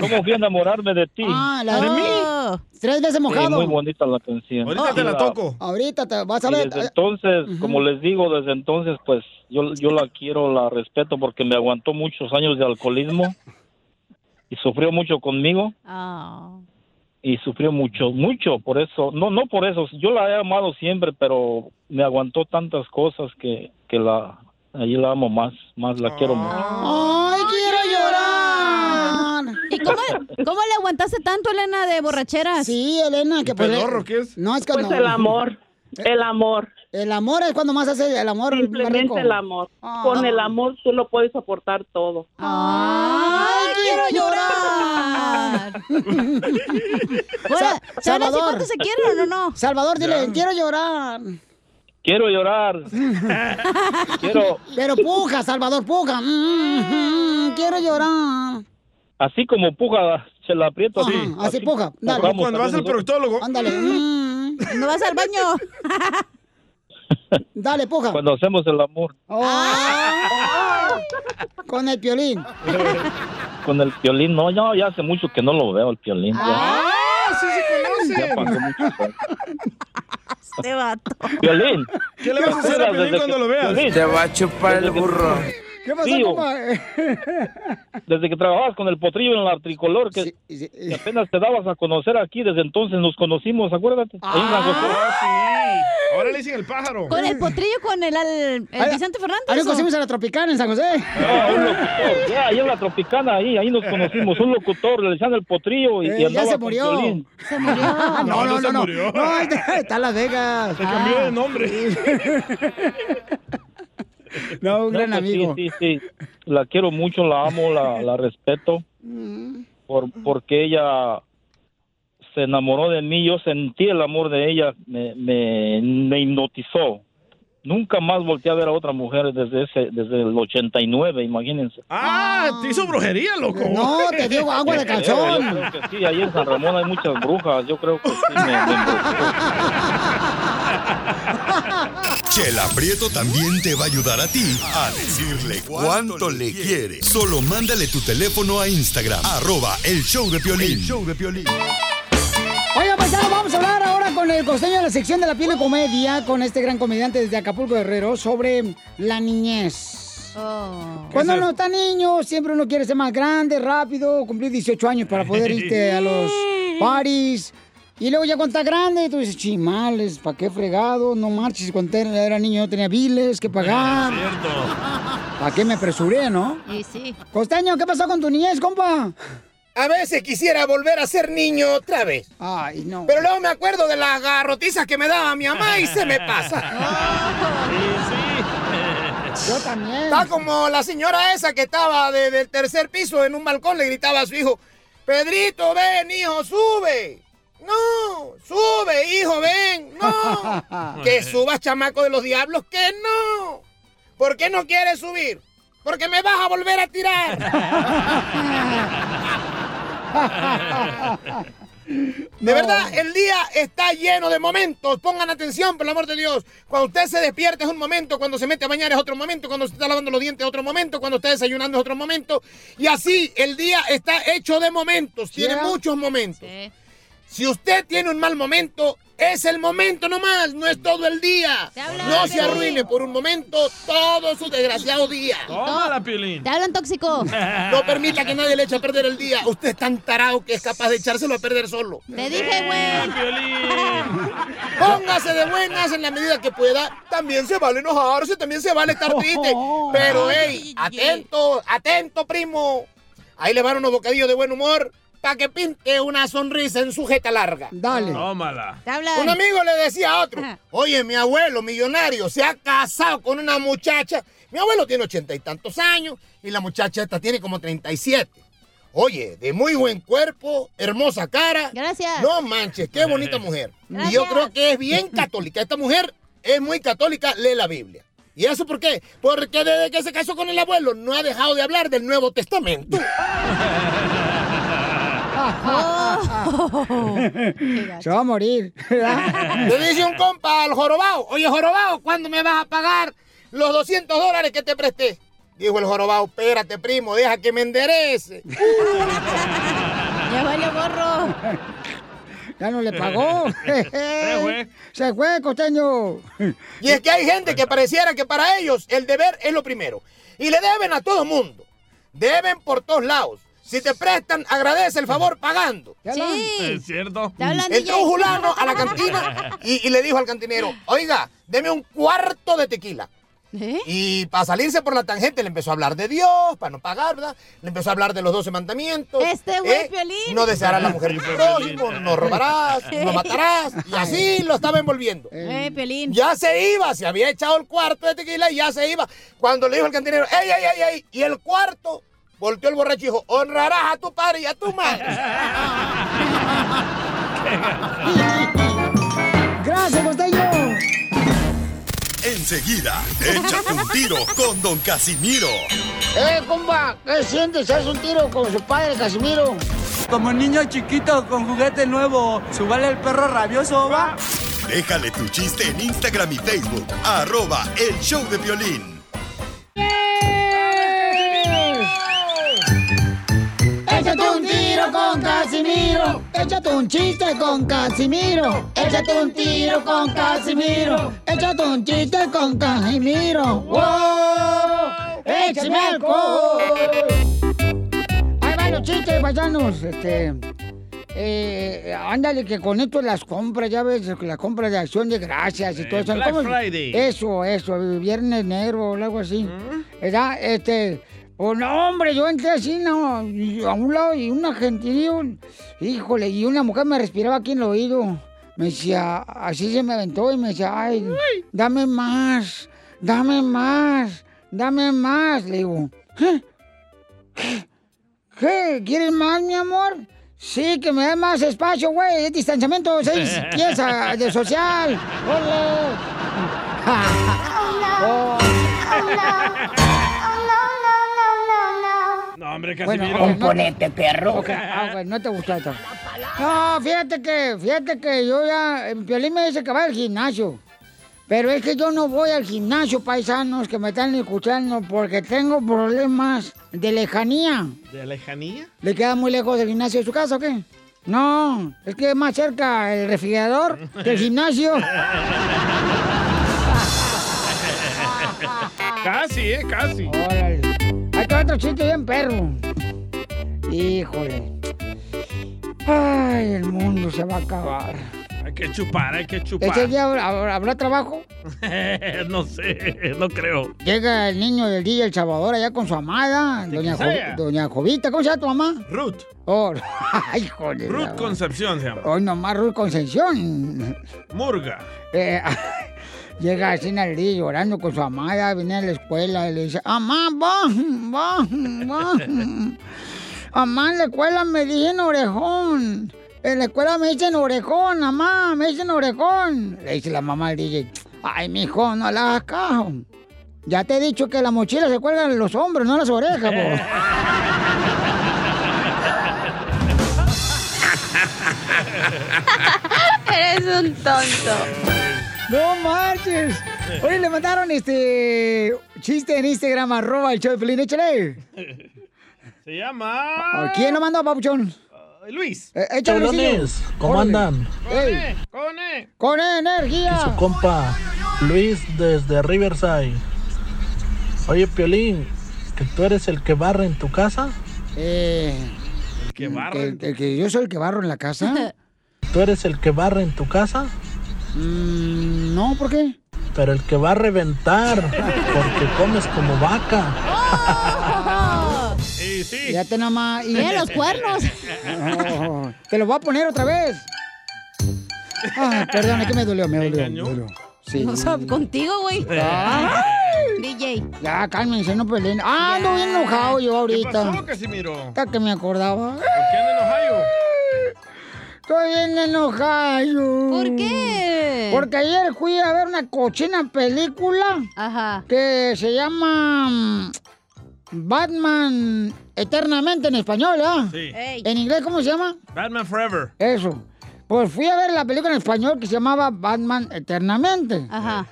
S21: ¿Cómo fui a enamorarme de ti?
S1: Ah, la
S21: de mí.
S11: Oh.
S1: Tres veces
S21: Sí,
S1: mojado.
S21: muy bonita la canción.
S1: Ah.
S21: Y
S1: Ahorita te vas a
S21: y
S1: ver. Eh,
S21: desde entonces, como les digo, desde entonces, pues yo, yo la quiero, la respeto porque me aguantó muchos años de alcoholismo y sufrió mucho conmigo y sufrió mucho, mucho por eso. No, no por eso. Yo la he amado siempre, pero me aguantó tantas cosas que, que la, ahí la amo más, más la quiero más.
S1: Ay, quiero llorar.
S10: ¿Y cómo, cómo le aguantaste tanto, Elena, de borracheras?
S1: Sí, Elena, que
S3: pedorro que es?
S1: No, es ¿Eh? que
S11: Pues el amor, el amor.
S1: El amor es cuando más hace el amor.
S11: Simplemente el amor.
S1: Ah.
S11: Con el amor tú lo puedes soportar todo.
S1: Ah.
S10: ¡Ay, quiero llorar! Ahora, ¿se van a decir cuánto se quieren o no?
S1: Salvador, dile,
S21: Ya.
S1: quiero llorar.
S21: Quiero llorar. quiero,
S1: Pero puja, Salvador, puja. Mm, mm, quiero llorar.
S21: así como puja, se la aprieto así.
S1: Ajá, así puja. Dale.
S21: Vamos,
S1: Cuando vas
S21: también
S1: al
S21: nosotros.
S1: Ándale. Mm.
S10: ¿No vas al baño?
S1: Dale, puja.
S21: Cuando hacemos el amor
S1: Ah. Oh. Con el piolín.
S21: con el violín, no, no, ya hace mucho que no lo veo el violín. Ya,
S1: ¡Ah! ¡Sí se
S21: ya pasó mucho.
S10: Este vato.
S21: Violín.
S3: ¿Qué le vas a hacer a Piolín cuando lo veas?
S21: Te va a chupar el burro.
S1: ¿Qué pasó,
S21: tío,
S1: compa? oh.
S21: desde que trabajabas con el potrillo en la tricolor, que, que apenas te dabas a conocer aquí, desde entonces nos conocimos, acuérdate. Ahí
S1: Ah.
S21: en la Gozadera.
S9: Ahora le dicen el pájaro.
S10: Con el potrillo, con el, al- el
S9: Ahí-
S10: Vicente Fernández.
S1: Ahí
S10: ¿o?
S1: Mm. nos conocimos a la Tropicana en San José.
S21: Ah, un locutor, ya, ahí en la Tropicana, ahí, ahí nos conocimos. Un locutor, le decían el potrillo y, y
S1: Eh,
S21: andaba
S1: ya se
S21: con
S1: murió.
S21: Piolín.
S1: Se murió. Ah, No, no, no, no. No, ahí está- está Las Vegas. Ah. Se
S21: cambió de
S9: nombre.
S1: No, un gran
S21: pues sí,
S1: amigo.
S21: Sí, sí, La quiero mucho, la amo, la, la respeto. por, porque ella se enamoró de mí, yo sentí el amor de ella, me, me, me hipnotizó. Nunca más volteé a ver a otra mujer desde ese, desde el 89, imagínense.
S9: Ah, te hizo brujería, loco.
S1: No, te dio agua de
S21: Yo
S1: calzón.
S21: creo que sí, ahí en San Ramón hay muchas brujas, yo creo que sí me- me-
S7: Chela Prieto también te va a ayudar a ti a decirle cuánto le quiere. Solo mándale tu teléfono a Instagram, arroba el show de Piolín.
S1: Oiga, paisano, vamos a hablar ahora con el costeño de la sección de la piel de comedia, con este gran comediante desde Acapulco Guerrero, sobre la niñez. Cuando uno está niño, siempre uno quiere ser más grande, rápido, cumplir 18 años para poder irte a los paris. Y luego ya cuando está grande, tú dices, chimales, ¿para qué fregado? No marches, cuando era niño no tenía biles que pagar. ¿Para qué me apresuré, no?
S10: Y sí.
S1: Costeño, ¿qué pasó con tu niñez, compa?
S14: A veces quisiera volver a ser niño otra vez.
S1: Ay, no.
S14: Pero luego me acuerdo de las garrotizas que me daba mi mamá y se me pasa.
S1: Yo también.
S14: Está como la señora esa que estaba de- del tercer piso en un balcón, le gritaba a su hijo, Pedrito, ven, hijo, sube. No, sube, hijo, ven. No. que subas, chamaco de los diablos, que no. ¿Por qué no quieres subir? Porque me vas a volver a tirar. De verdad, el día está lleno de momentos. Pongan atención, por el amor de Dios. Cuando usted se despierta es un momento, cuando se mete a bañar es otro momento, cuando se está lavando los dientes es otro momento, cuando está desayunando es otro momento. Y así, el día está hecho de momentos, tiene muchos momentos. Si usted tiene un mal momento, es el momento nomás, no es todo el día. No se arruine por un momento todo su desgraciado día.
S9: Tómala, Piolín.
S10: Te hablan tóxico.
S14: No permita que nadie le eche a perder el día. Usted es tan tarado que es capaz de echárselo a perder solo.
S10: Te dije, güey.
S14: Póngase de buenas en la medida que pueda. También se vale enojarse, también se vale estar triste. Pero, hey, atento, atento, primo. Ahí le van unos bocadillos de buen humor para que pinte una sonrisa en su jeta larga.
S1: Dale.
S9: Tómala.
S14: Un amigo le decía a otro, oye, mi abuelo millonario se ha casado con una muchacha. Mi abuelo tiene ochenta y tantos años y la muchacha esta tiene como treinta y siete. Oye, de muy buen cuerpo, hermosa cara. Gracias. No manches, qué bonita mujer. Y yo creo que es bien católica. Esta mujer es muy católica, lee la Biblia. ¿Y eso por qué? Porque desde que se casó con el abuelo no ha dejado de hablar del Nuevo Testamento.
S1: Se va a morir.
S14: Le dice un compa al jorobado, oye jorobado, ¿cuándo me vas a pagar los 200 dólares que te presté? Dijo el jorobado, espérate primo, deja que me enderece.
S10: Ya valió gorro.
S1: Ya no le pagó. Se fue. Eh, Se fue, costeño.
S14: Y es que hay gente que pareciera que para ellos el deber es lo primero. Y le deben a todo mundo. Deben por todos lados. Si te prestan, agradece el favor pagando.
S9: Es cierto.
S14: Entró un fulano a la cantina y, y le dijo al cantinero, oiga, deme un cuarto de tequila.
S10: ¿Eh?
S14: Y para salirse por la tangente le empezó a hablar de Dios, para no pagar, ¿verdad? Le empezó a hablar de los doce mandamientos.
S10: Este güey
S14: ¿eh?
S10: Piolín.
S14: No desearás a la mujer de tu prójimo, no robarás, no matarás. Y así lo estaba envolviendo.
S10: Eh, Piolín.
S14: Ya se iba, se había echado el cuarto de tequila y ya se iba. Cuando le dijo el cantinero, ¡ey, ey, ey, ey! Y el cuarto, volteó el borracho y dijo, honrarás a tu padre y a tu madre.
S1: Gracias, costeño.
S7: Enseguida, échate un tiro con Don Casimiro.
S1: Eh, compa, ¿qué sientes? ¿Haz un tiro con su padre, Casimiro?
S6: Como niño chiquito con juguete nuevo, subale el perro rabioso, va.
S7: Déjale tu chiste en Instagram y Facebook, arroba el show de Piolín.
S1: Échate un tiro con Casimiro. Échate un chiste con Casimiro. Échate un tiro con Casimiro. Échate un chiste con Casimiro. ¡Wow! ¡Échame alcohol! Ahí van los chistes, paisanos. Este, eh, ándale, que con esto las compras, ya ves, las compras de acción de gracias y
S9: Eh,
S1: todo eso.
S9: Black
S1: ¿Cómo es?
S9: Friday.
S1: Eso, eso, el viernes negro o algo así.
S9: ¿Mm?
S1: ¿Verdad? Este, pues no, hombre, yo entré así, no, y a un lado y un argentino, híjole, y una mujer me respiraba aquí en el oído. Me decía, así se me aventó y me decía, ay, dame más, dame más, dame más. Le digo, "¿Eh? ¿Qué? ¿Quieres más, mi amor? Sí, que me dé más espacio, güey. Es distanciamiento, seis pies ah, de social. ¡Hola! Oh.
S3: No, hombre,
S1: Bueno,
S3: Casimiro.
S1: ok, no- Ok, ah, ok, no te gustó esto. No, fíjate que, fíjate que yo ya, en Piolín me dice que va al gimnasio. Pero es que yo no voy al gimnasio, paisanos, que me están escuchando, porque tengo problemas de lejanía.
S3: ¿De lejanía?
S1: ¿Le queda muy lejos del gimnasio de su casa o qué? No, es que es más cerca el refrigerador que el gimnasio.
S3: Casi, eh, casi.
S1: Órale. Hay que otro chiste bien perro. Híjole. Ay, el mundo se va a acabar.
S3: Hay que chupar, hay que chupar.
S1: ¿Este día habrá- habrá- habrá trabajo?
S3: no sé, no creo.
S1: Llega el niño del DJ El Salvador allá con su amada, doña,
S3: Tiquisaya.
S1: Jo- doña Jovita. ¿Cómo se llama tu mamá?
S3: Ruth.
S1: Oh, ay, joder.
S3: Ruth Concepción se llama.
S1: Hoy nomás Ruth Concepción.
S3: Murga.
S1: Eh, llega así al día llorando con su amada, viene a la escuela y le dice, mamá, vos, vos, vos. Mamá, en la escuela me dicen orejón. En la escuela me dicen orejón, mamá, me dicen orejón. Le dice la mamá al DJ, ay, mijo, no le hagas caso. Ya te he dicho que la mochila se cuelgan los hombros, no las orejas, vos.
S9: Eres un tonto.
S1: No marches. Oye, le mandaron este chiste en Instagram, arroba el show de Pelín, échale.
S3: Se llama.
S1: ¿A ¿Quién lo mandó, papuchón?
S3: Luis.
S1: Eh, échale,
S8: Cabrones,
S1: Luisillo.
S8: ¿cómo
S1: Órale.
S8: andan?
S1: Ey. ¡Con E, energía!
S8: Y su compa Luis desde Riverside. Oye, Piolín, que tú eres el que barre en tu casa.
S1: Eh,
S3: el que
S1: barro. yo soy el que barro en la casa.
S8: ¿Tú eres el que barre en tu casa?
S1: Mm, no, ¿por qué?
S8: Pero el que va a reventar, porque comes como vaca.
S3: Sí, sí.
S1: Ya te nomás.
S10: Mira los cuernos.
S1: Oh, te lo voy a poner otra vez. Ah, perdón, es que me dolió, me dolió. me dolió. Sí.
S10: O sea, contigo, güey.
S1: Ay.
S10: DJ.
S1: Ya, cálmense, no peleen. Ah, ando bien enojado yo ahorita.
S3: ¿Qué pasó, Casimiro?
S1: Hasta que me acordaba.
S3: ¿Por qué anda enojado?
S1: Estoy bien enojado. ¿Por
S10: qué?
S1: Porque ayer fui a ver una cochina película. Que se llama mm, Batman Eternamente en español, ¿ah?
S3: Sí. Ey.
S1: ¿En inglés cómo se llama?
S3: Batman Forever.
S1: Eso. Pues fui a ver la película en español que se llamaba Batman Eternamente.
S10: Ajá.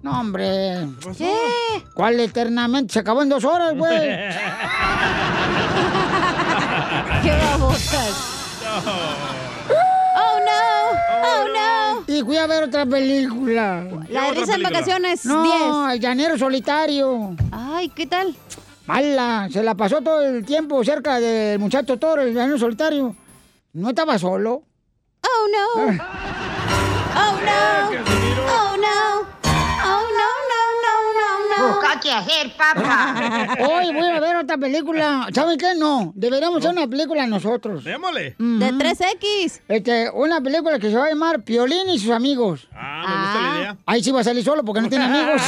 S1: No, hombre. ¿Cuál eternamente? Se acabó en dos horas, güey.
S10: Qué babosas. Oh no, oh no.
S1: Y fui a ver otra película.
S10: La de ¿Qué otra Risa en película? Vacaciones,
S1: No,
S10: 10.
S1: el llanero solitario.
S10: Ay, ¿qué tal?
S1: Mala, se la pasó todo el tiempo cerca del muchacho Toro, el llanero solitario. No estaba solo.
S10: Oh no. Oh no. Oh no. Oh no, no, no, no, no.
S1: Busca
S10: qué hacer, papá.
S1: Hoy voy a ver otra película. ¿Saben qué? No, deberíamos hacer una película nosotros.
S3: Démosle.
S9: Mm.
S10: De 3X.
S1: Este, una película que se va a llamar Piolín y sus amigos.
S3: Ah, me gusta la idea.
S1: Ahí sí va a salir solo porque no tiene amigos.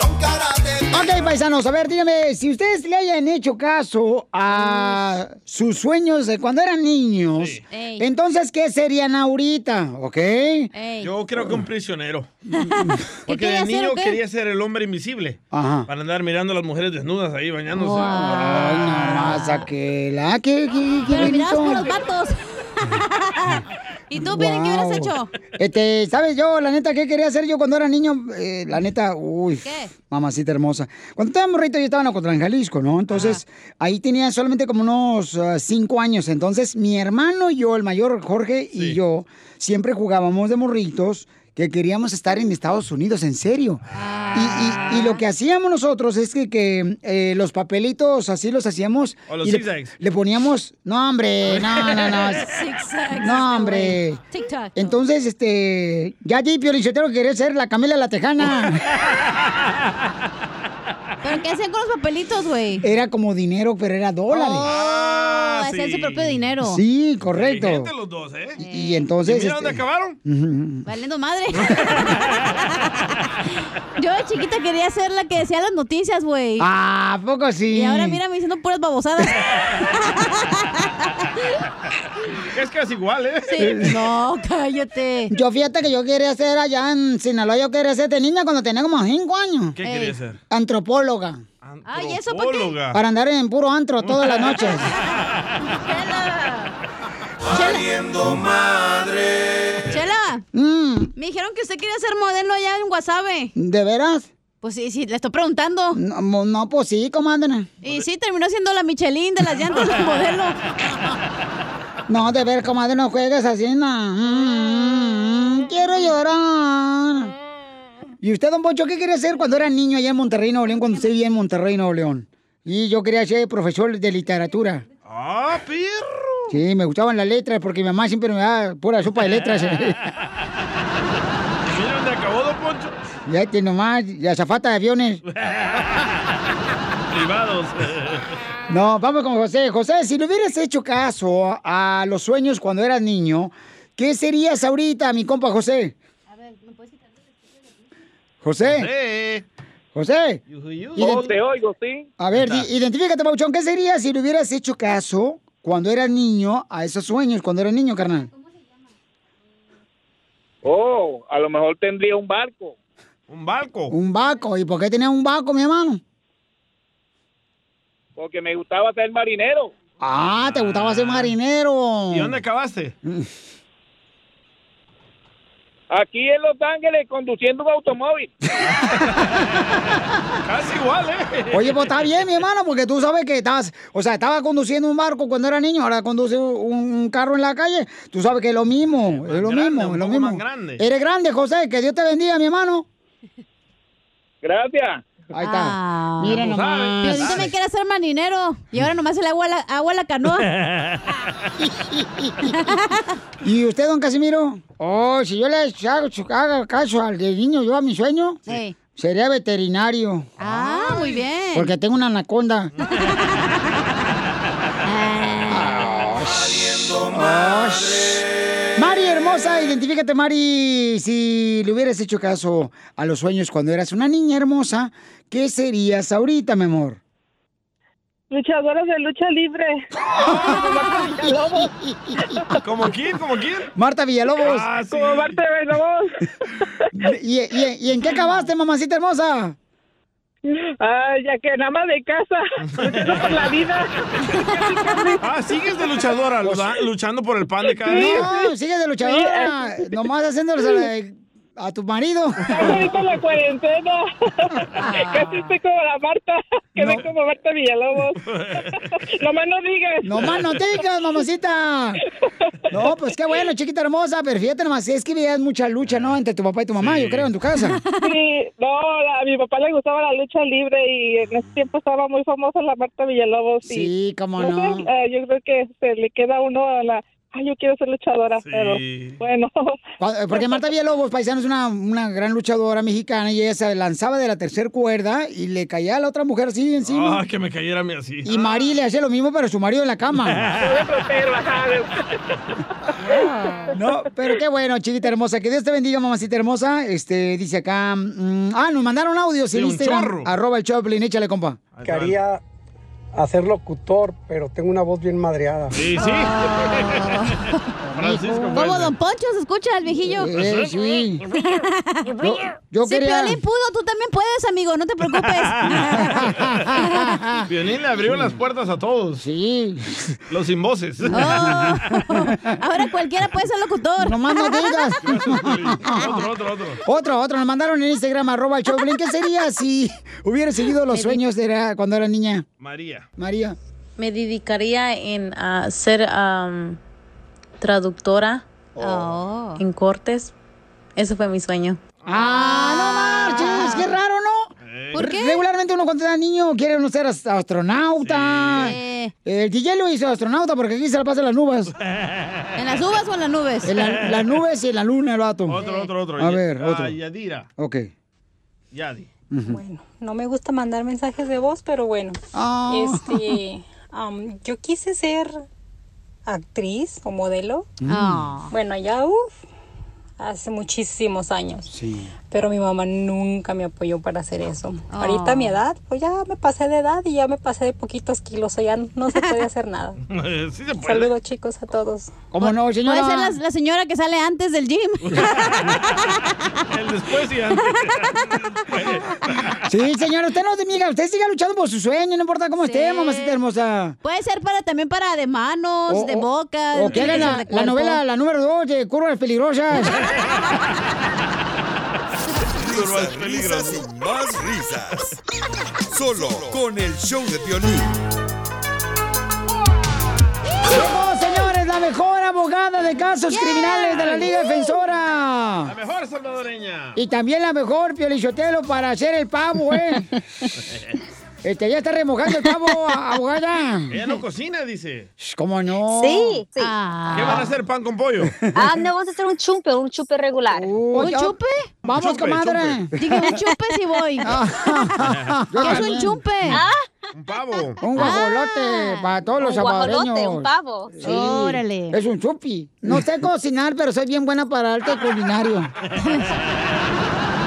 S1: Ok, paisanos, a ver, díganme, si ustedes le hayan hecho caso a sus sueños de cuando eran niños,
S3: Ey. Eh.
S1: entonces, ¿qué serían ahorita? ¿Ok?
S3: Yo creo que un prisionero. Porque
S1: quería
S3: de
S1: hacer
S3: niño
S1: o qué?
S3: quería ser el hombre invisible.
S1: Ajá.
S3: Para andar mirando a las mujeres desnudas ahí bañándose.
S1: Ay, nomás aquel. Ah, qué, qué, qué
S10: Pero mirabas
S1: bonito.
S10: puros vatos. ¿Y tú, Piolín, qué hubieras
S1: Wow.
S10: hecho?
S1: Este, ¿sabes yo, la neta, qué quería hacer yo cuando era niño? Eh, la neta, uy,
S10: ¿Qué?
S1: mamacita hermosa. Cuando estaba morrito yo estaba en Ocotlán, Jalisco, ¿no? Entonces, ahí tenía solamente como unos ah, cinco años. Entonces, mi hermano y yo, el mayor Jorge y yo, siempre jugábamos de morritos que queríamos estar en Estados Unidos, en serio. Y, y- y lo
S10: Ah.
S1: que hacíamos nosotros es que, que, eh, los papelitos así los hacíamos.
S9: O los
S1: y le-
S9: zigzags.
S1: Le poníamos, no, hombre, Eh, no, no, no.
S9: Zigzags,
S1: No, hombre. Eh,
S10: TikTok.
S1: Entonces, este, ya di Piolichotero que quería ser la Camila la Tejana.
S10: ¿Pero qué hacían con los papelitos, güey?
S1: Era como dinero, pero era dólares.
S3: Ah,
S10: Oh, hacían su propio dinero.
S1: Sí, correcto.
S10: Inteligentes
S1: los dos, ¿eh? Y, y entonces.
S10: ¿Y mira dónde acabaron?
S1: Ujú.
S10: Valiendo madre. Yo de chiquita quería ser la que decía las noticias, güey.
S1: Ah, ¿a poco sí.
S10: Y ahora mírame diciendo puras babosadas.
S3: Es casi igual, ¿eh?
S1: No, cállate. Yo fíjate que yo quería ser allá en Sinaloa, yo quería ser de niña cuando tenía como cinco años.
S3: ¿Qué quería ser?
S1: Antropóloga.
S10: Ay, ¿y eso para qué?
S3: Antropóloga.
S1: Para andar en puro antro todas las noches.
S9: Valiendo madre.
S10: Chela,
S1: Mm,
S10: me dijeron que usted quería ser modelo allá en Guasave.
S1: ¿De veras?
S10: Pues sí, sí, le estoy preguntando.
S1: No, mo- no, pues sí, comadre.
S10: Y sí, terminó siendo la Michelin de las llantas del modelo.
S1: No, de ver, comadre, no juegues así, no. Mm, mm, quiero llorar. ¿Y usted, don Poncho, qué quería ser cuando era niño allá en Monterrey, Nuevo León, cuando usted vivía en Monterrey, Nuevo León? Y yo quería ser profesor de literatura.
S3: ¡Ah, perro!
S1: Sí, me gustaban las letras porque mi mamá siempre me daba pura sopa de letras. ¿eh?
S3: Mira dónde acabó Don Poncho.
S1: ya te nomás, y azafata de aviones.
S3: Privados.
S1: No, vamos con José. José, si le hubieras hecho caso a los sueños cuando eras niño, ¿qué serías ahorita, mi compa José? José. José.
S12: Oh,
S1: Ident-
S12: te oigo, sí.
S1: A ver, di- identifícate, Pauchón. ¿Qué sería si le hubieras hecho caso cuando eras niño a esos sueños, cuando eras niño, carnal?
S12: Oh, a lo mejor tendría un barco.
S3: ¿Un barco?
S1: Un vaco. ¿Y por qué tenías un vaco, mi hermano?
S12: Porque me gustaba ser marinero.
S1: Ah, te gustaba ser marinero.
S12: ¿Y dónde
S3: acabaste?
S12: Aquí en Los Ángeles conduciendo un automóvil.
S3: Casi igual, ¿eh?
S1: Oye, pues está bien, mi hermano, porque tú sabes que estás, o sea, estaba conduciendo un barco cuando era niño, ahora conduce un, un carro en la calle. Tú sabes que es lo mismo, es lo mismo, es lo mismo.
S12: grande.
S1: Eres grande, José, que Dios te bendiga, mi hermano.
S12: Gracias.
S1: Ahí está.
S10: Ah.
S1: Mira
S10: Tú
S1: nomás.
S10: sabes. Pero yo también quiero ser marinero. Y ahora nomás se le agua a la, agua a la canoa.
S1: ¿Y usted, don Casimiro? Oh, si yo le hago haga caso al de niño, yo a mi sueño,
S10: Sí.
S1: sería veterinario.
S10: Ah, muy bien.
S1: Porque tengo una anaconda. Mari hermosa, identifícate Mari, si le hubieras hecho caso a los sueños cuando eras una niña hermosa, ¿qué serías ahorita, mi amor?
S11: Luchadoras de lucha libre.
S3: ¿Como quién? ¿Como quién?
S1: Marta Villalobos.
S3: Ah, sí. Como Marta
S1: ¿Y, y, y en qué acabaste, mamacita hermosa?
S11: Ah, ya que nada más de casa. Luchando por la vida.
S3: Ah, sigues de luchadora, lucha- luchando por el pan de cada día.
S1: No, sigue de luchadora, nomás haciéndoles a, la- a tu marido.
S11: Ahorita la cuarentena.
S1: Ah.
S11: Casi estoy como la Marta. Quedé como Marta Villalobos. Nomás no digas.
S1: Nomás no te digas, mamacita. No, pues qué bueno, chiquita hermosa, pero fíjate nomás, es que veías mucha lucha, ¿no? Entre tu papá y tu mamá, yo creo, en tu casa.
S11: Sí, no, la- a mi papá le gustaba la lucha libre y en ese tiempo estaba muy famosa la Marta Villalobos. y,
S1: Sí, cómo
S11: sé,
S1: no.
S11: eh, yo creo que se le queda a uno a la, ay, yo quiero ser luchadora, pero bueno.
S1: Cuando- eh, Porque Marta Villalobos, paisano, es una, una gran luchadora mexicana y ella se lanzaba de la tercera cuerda y le caía a la otra mujer así encima.
S3: Ah, que me cayera a mí así.
S1: Y Mari le hacía lo mismo, pero su marido en la cama. No, pero qué bueno, chiquita hermosa. Que Dios te bendiga, mamacita hermosa. Este, dice acá. mm, ah, nos mandaron audios
S9: Sí,
S1: en
S9: un
S1: Instagram.
S9: chorro.
S1: Arroba el Choplin, échale, compa.
S9: Que haría
S13: a ser locutor, pero tengo una voz bien madreada.
S3: Sí, sí.
S1: Ah.
S3: Francisco. pues.
S10: Como Don Poncho se escucha el viejillo.
S3: Eh, sí.
S10: Yo,
S1: yo quería-
S10: Si Piolín pudo, tú también puedes, amigo, no te preocupes.
S3: Violín Ah, le abrió las puertas a todos.
S1: Sí.
S3: Los sin voces.
S10: Ahora cualquiera puede ser locutor.
S1: Nomás no digas.
S3: Otro, otro, otro.
S1: Otro, otro, nos mandaron en Instagram, arroba el Choplin. ¿Qué sería si hubiera seguido los sueños de la- cuando era niña?
S3: María.
S1: María.
S24: Me dedicaría en ah, ser am, traductora
S1: Oh.
S24: en cortes. Ese fue mi sueño.
S1: ¡Ah, no marches! ¡Qué raro, ¿no?
S24: ¿Por qué?
S1: Regularmente uno cuando era niño quiere uno ser as- astronauta. El DJ lo hizo astronauta porque aquí se la pasa en las nubes.
S10: ¿En las uvas o en las nubes?
S1: En la- las nubes y en la luna, el vato.
S3: Otro, otro, otro.
S1: A
S3: Ya-
S1: ver,
S3: ah,
S1: otro.
S3: Yadira.
S1: Ok.
S3: Yadi.
S1: Ujú.
S25: No me gusta mandar mensajes de voz, pero bueno.
S10: Ah.
S25: Este, am, yo quise ser actriz o modelo.
S24: Mm. Ah.
S25: Bueno, ya uff, hace muchísimos años.
S1: Sí.
S25: Pero mi mamá nunca me apoyó para hacer eso. Ahorita a mi edad, pues ya me pasé de edad y ya me pasé de poquitos kilos, o ya no se puede hacer nada.
S3: Sí se puede.
S25: Saludos chicos a todos.
S1: ¿Cómo no, señora?
S10: Puede ser la, la señora que sale antes del gym.
S3: El después y antes.
S1: Sí, señora, usted no se niega, usted siga luchando por su sueño, no importa cómo esté, mamacita hermosa.
S10: Puede ser para también para de manos,
S1: O-
S10: de boca.
S1: O que haga
S10: de
S1: oh. la, la
S10: cuerpo.
S1: novela, la número dos de Curvas Peligrosas.
S7: Risas, risas y más risas. Solo con el show de Piolín.
S1: Llegó, señores, la mejor abogada de casos
S3: Yeah.
S1: criminales de la Liga Defensora.
S3: La mejor salvadoreña.
S1: Y también la mejor piolichotelo para hacer el pavo, ¿eh? Este, ya está remojando el pavo, a- abogada.
S3: Ella no cocina, dice.
S1: Shh, ¿Cómo no?
S26: Sí, sí.
S1: Ah.
S3: ¿Qué van a hacer? ¿Pan con pollo?
S26: Ah, no, vamos a hacer un chupe, un chupe regular.
S1: ¿Un Uh, ya- chupe? Vamos, Chupe, comadre. chupe. Ah.
S10: Dije un chupe si voy. ¿Qué es un chupe?
S26: Ah,
S3: Un pavo.
S1: Un guajolote para todos los
S26: un guajolote,
S1: salvadoreños.
S26: un pavo.
S1: Sí.
S26: Órale.
S1: Es un chupi. No sé cocinar, pero soy bien buena para arte culinario.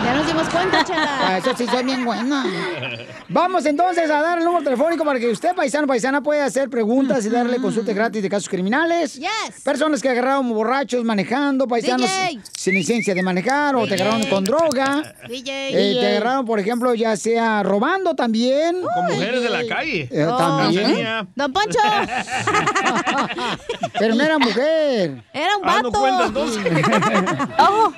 S10: Ya nos dimos cuenta, chela.
S1: Ah, Eso sí, soy bien buena. Vamos entonces a dar el número telefónico para que usted, paisano paisana, pueda hacer preguntas y darle consultas gratis de casos criminales. Personas que agarraron borrachos manejando, paisanos
S9: DJ.
S1: sin licencia de manejar o te
S9: DJ.
S1: agarraron con droga.
S9: DJ.
S1: Eh, te agarraron, por ejemplo, ya sea robando también.
S3: Con mujeres de la calle.
S1: Eh, también.
S3: Tenía.
S10: Don Poncho.
S1: Pero no era mujer.
S10: Era un
S1: Ah, no
S10: vato.
S1: cuenta, entonces.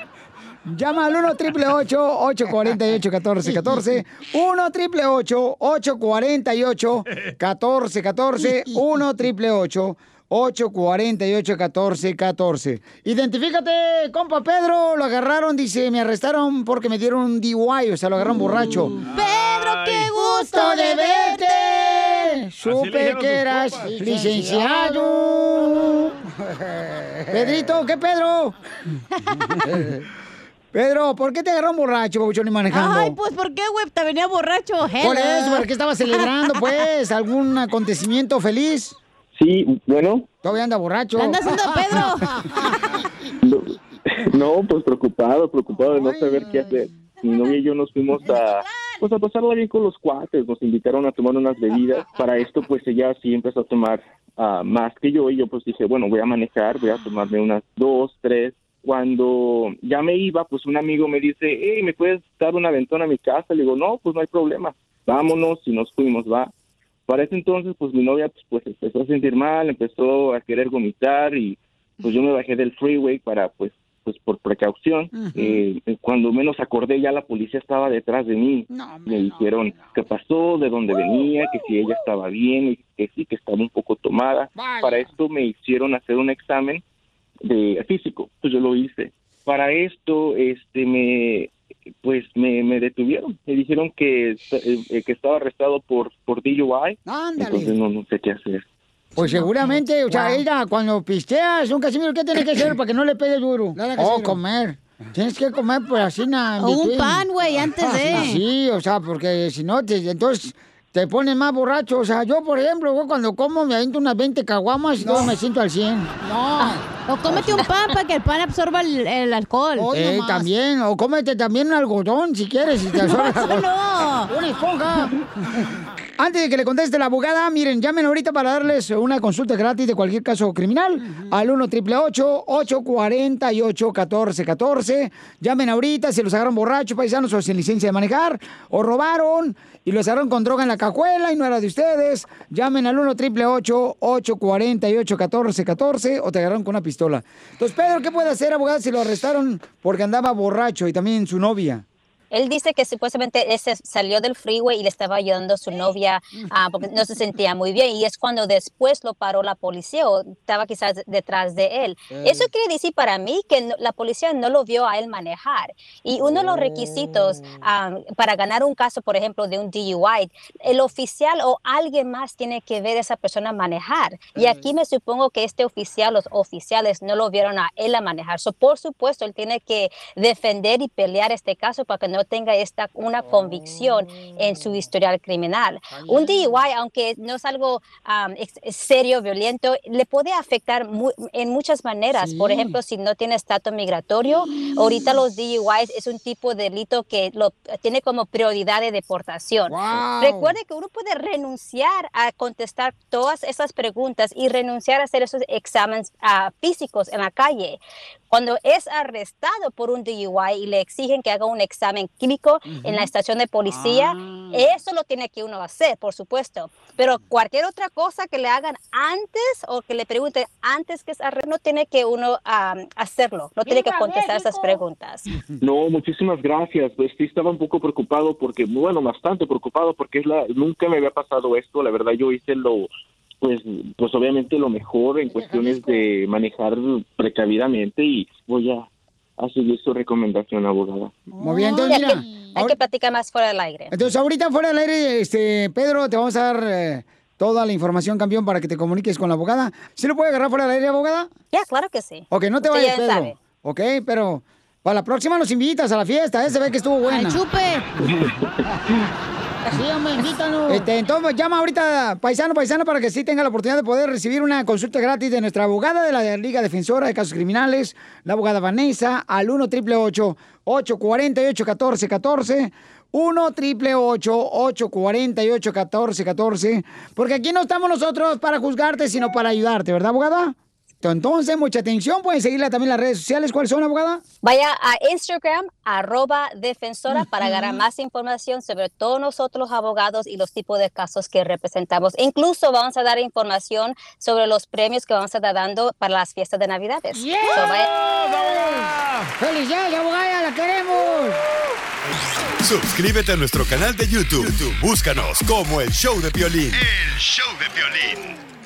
S1: Llama al 1 triple 848 1414 1 triple 848 1414 1 triple 848 1414 Identifícate, compa Pedro. Lo agarraron, dice, me arrestaron porque me dieron un DUI, o sea, lo agarraron borracho.
S10: Pedro, qué gusto de
S1: verte. Supe
S9: dijeron
S1: que
S9: tus
S1: eras
S9: compas.
S1: licenciado. Pedrito, ¿qué Pedro? Pedro, ¿por qué te agarró un borracho, babuchón, y manejando?
S10: Ay, pues, ¿por qué, güey? Te venía borracho.
S1: Por
S10: hello.
S1: eso, ¿por qué estaba celebrando, pues? ¿Algún acontecimiento feliz?
S27: Sí, bueno,
S1: Todavía anda borracho.
S10: ¿La anda haciendo a Pedro?
S27: no, pues preocupado, preocupado de no saber qué hacer. Mi novia y yo nos fuimos a, pues a pasarla bien con los cuates, nos invitaron a tomar unas bebidas. Para esto, pues ella sí empezó a tomar ah, más que yo y yo pues dije, bueno, voy a manejar, voy a tomarme unas dos, tres. Cuando ya me iba, pues un amigo me dice, hey, ¿me puedes dar una ventana a mi casa? Le digo, no, pues no hay problema, vámonos y nos fuimos, va. Para ese entonces, pues mi novia pues, pues empezó a sentir mal, empezó a querer vomitar y pues yo me bajé del freeway para pues pues por precaución.
S9: Ujú.
S27: Eh, eh, cuando menos acordé ya la policía estaba detrás de mí. me dijeron qué pasó, de dónde venía, que si ella estaba bien, y que sí, que estaba un poco tomada.
S9: Vaya.
S27: Para esto me hicieron hacer un examen de físico, pues yo lo hice. Para esto, este, me, pues me, me detuvieron, me dijeron que, est- eh, eh, que estaba arrestado por, por DUI, entonces no, no sé qué hacer.
S1: Pues seguramente, o sea, ella, cuando pisteas, un casimiro, ¿qué tienes que hacer para que no le pegue duro?
S10: Casimiro.
S1: oh, comer. Tienes que comer, pues, así, nada.
S10: O un pan, güey, antes de.
S1: Ah, Sí, o sea, porque si no, te- entonces te pones más borracho. O sea, yo, por ejemplo, güey, cuando como me aviento unas 20 caguamas y luego me siento al 100. No.
S10: O cómete un pan para que el pan absorba el, el alcohol.
S1: Eh, también, o cómete también un algodón si quieres. Si te absorbe
S10: No, eso
S1: algodón.
S10: no.
S1: Una esponja. Antes de que le conteste la abogada, miren, llamen ahorita para darles una consulta gratis de cualquier caso criminal al 1 888 848 1414 Llamen ahorita si los agarran borrachos, paisanos, o sin licencia de manejar, o robaron y los agarraron con droga en la cajuela y no era de ustedes. Llamen al 1 888 848 1414 o te agarraron con una pistola. Entonces, Pedro, ¿qué puede hacer, abogada, si lo arrestaron porque andaba borracho y también su novia?
S26: Él dice que supuestamente él se salió del freeway y le estaba ayudando a su novia ah, porque no se sentía muy bien y es cuando después lo paró la policía o estaba quizás detrás de él.
S4: Eh.
S26: Eso quiere decir para mí que no- la policía no lo vio a él manejar y uno de los requisitos ah, para ganar un caso, por ejemplo, de un DUI, el oficial o alguien más tiene que ver a esa persona manejar y aquí me supongo que este oficial, los oficiales no lo vieron a él a manejar. So, por supuesto, él tiene que defender y pelear este caso para que no tenga esta una convicción en su historial criminal. Un DUI, aunque no es algo um, ex- serio, violento, le puede afectar mu- en muchas maneras. Por ejemplo, si no tiene estatus migratorio, ahorita los DUIs es un tipo de delito que lo tiene como prioridad de deportación.
S4: Wow.
S26: Recuerde que uno puede renunciar a contestar todas esas preguntas y renunciar a hacer esos exámenes ah, físicos en la calle. Cuando es arrestado por un DUI y le exigen que haga un examen químico en la estación de policía, eso lo tiene que uno hacer, por supuesto. Pero cualquier otra cosa que le hagan antes o que le pregunten antes que es arrestado, no tiene que uno ah, hacerlo, no tiene que contestar esas preguntas.
S27: No, muchísimas gracias. Pues sí estaba un poco preocupado porque, bueno, bastante preocupado porque es la, nunca me había pasado esto. La verdad, yo hice lo, pues, pues obviamente lo mejor en cuestiones de manejar precavidamente y voy a, a seguir su recomendación, abogada.
S1: Muy bien, entonces
S26: Y
S1: mira.
S26: hay que- hay que platicar más fuera del aire.
S1: Entonces, ahorita fuera del aire, este, Pedro, te vamos a dar eh, toda la información, campeón, para que te comuniques con la abogada. ¿Sí lo puede agarrar fuera del aire, abogada?
S26: Ya, claro que sí.
S1: Ok, no te
S26: Usted
S1: vayas,
S26: ya
S1: Pedro.
S26: sabe.
S1: Ok, pero para la próxima nos invitas a la fiesta, ¿eh? Se ve que estuvo buena.
S10: ¡Al chupe!
S1: Sí, Este, entonces, llama ahorita paisano, paisano, para que sí tenga la oportunidad de poder recibir una consulta gratis de nuestra abogada de la Liga Defensora de Casos Criminales, la abogada Vanessa, al 1 888 848 1414 1 triple 848 1414 Porque aquí no estamos nosotros para juzgarte, sino para ayudarte, ¿verdad, abogada? Entonces, mucha atención. Pueden seguirla también en las redes sociales. ¿Cuáles son, abogada?
S26: Vaya a Instagram, arroba defensora, para ganar más información sobre todos nosotros los abogados y los tipos de casos que representamos. Incluso vamos a dar información sobre los premios que vamos a estar dando para las fiestas de Navidades. So, vaya-
S1: ¡Felicidades, abogada! ¡La queremos!
S7: Suscríbete a nuestro canal de YouTube. YouTube, Búscanos como el show de violín.
S9: show de violín.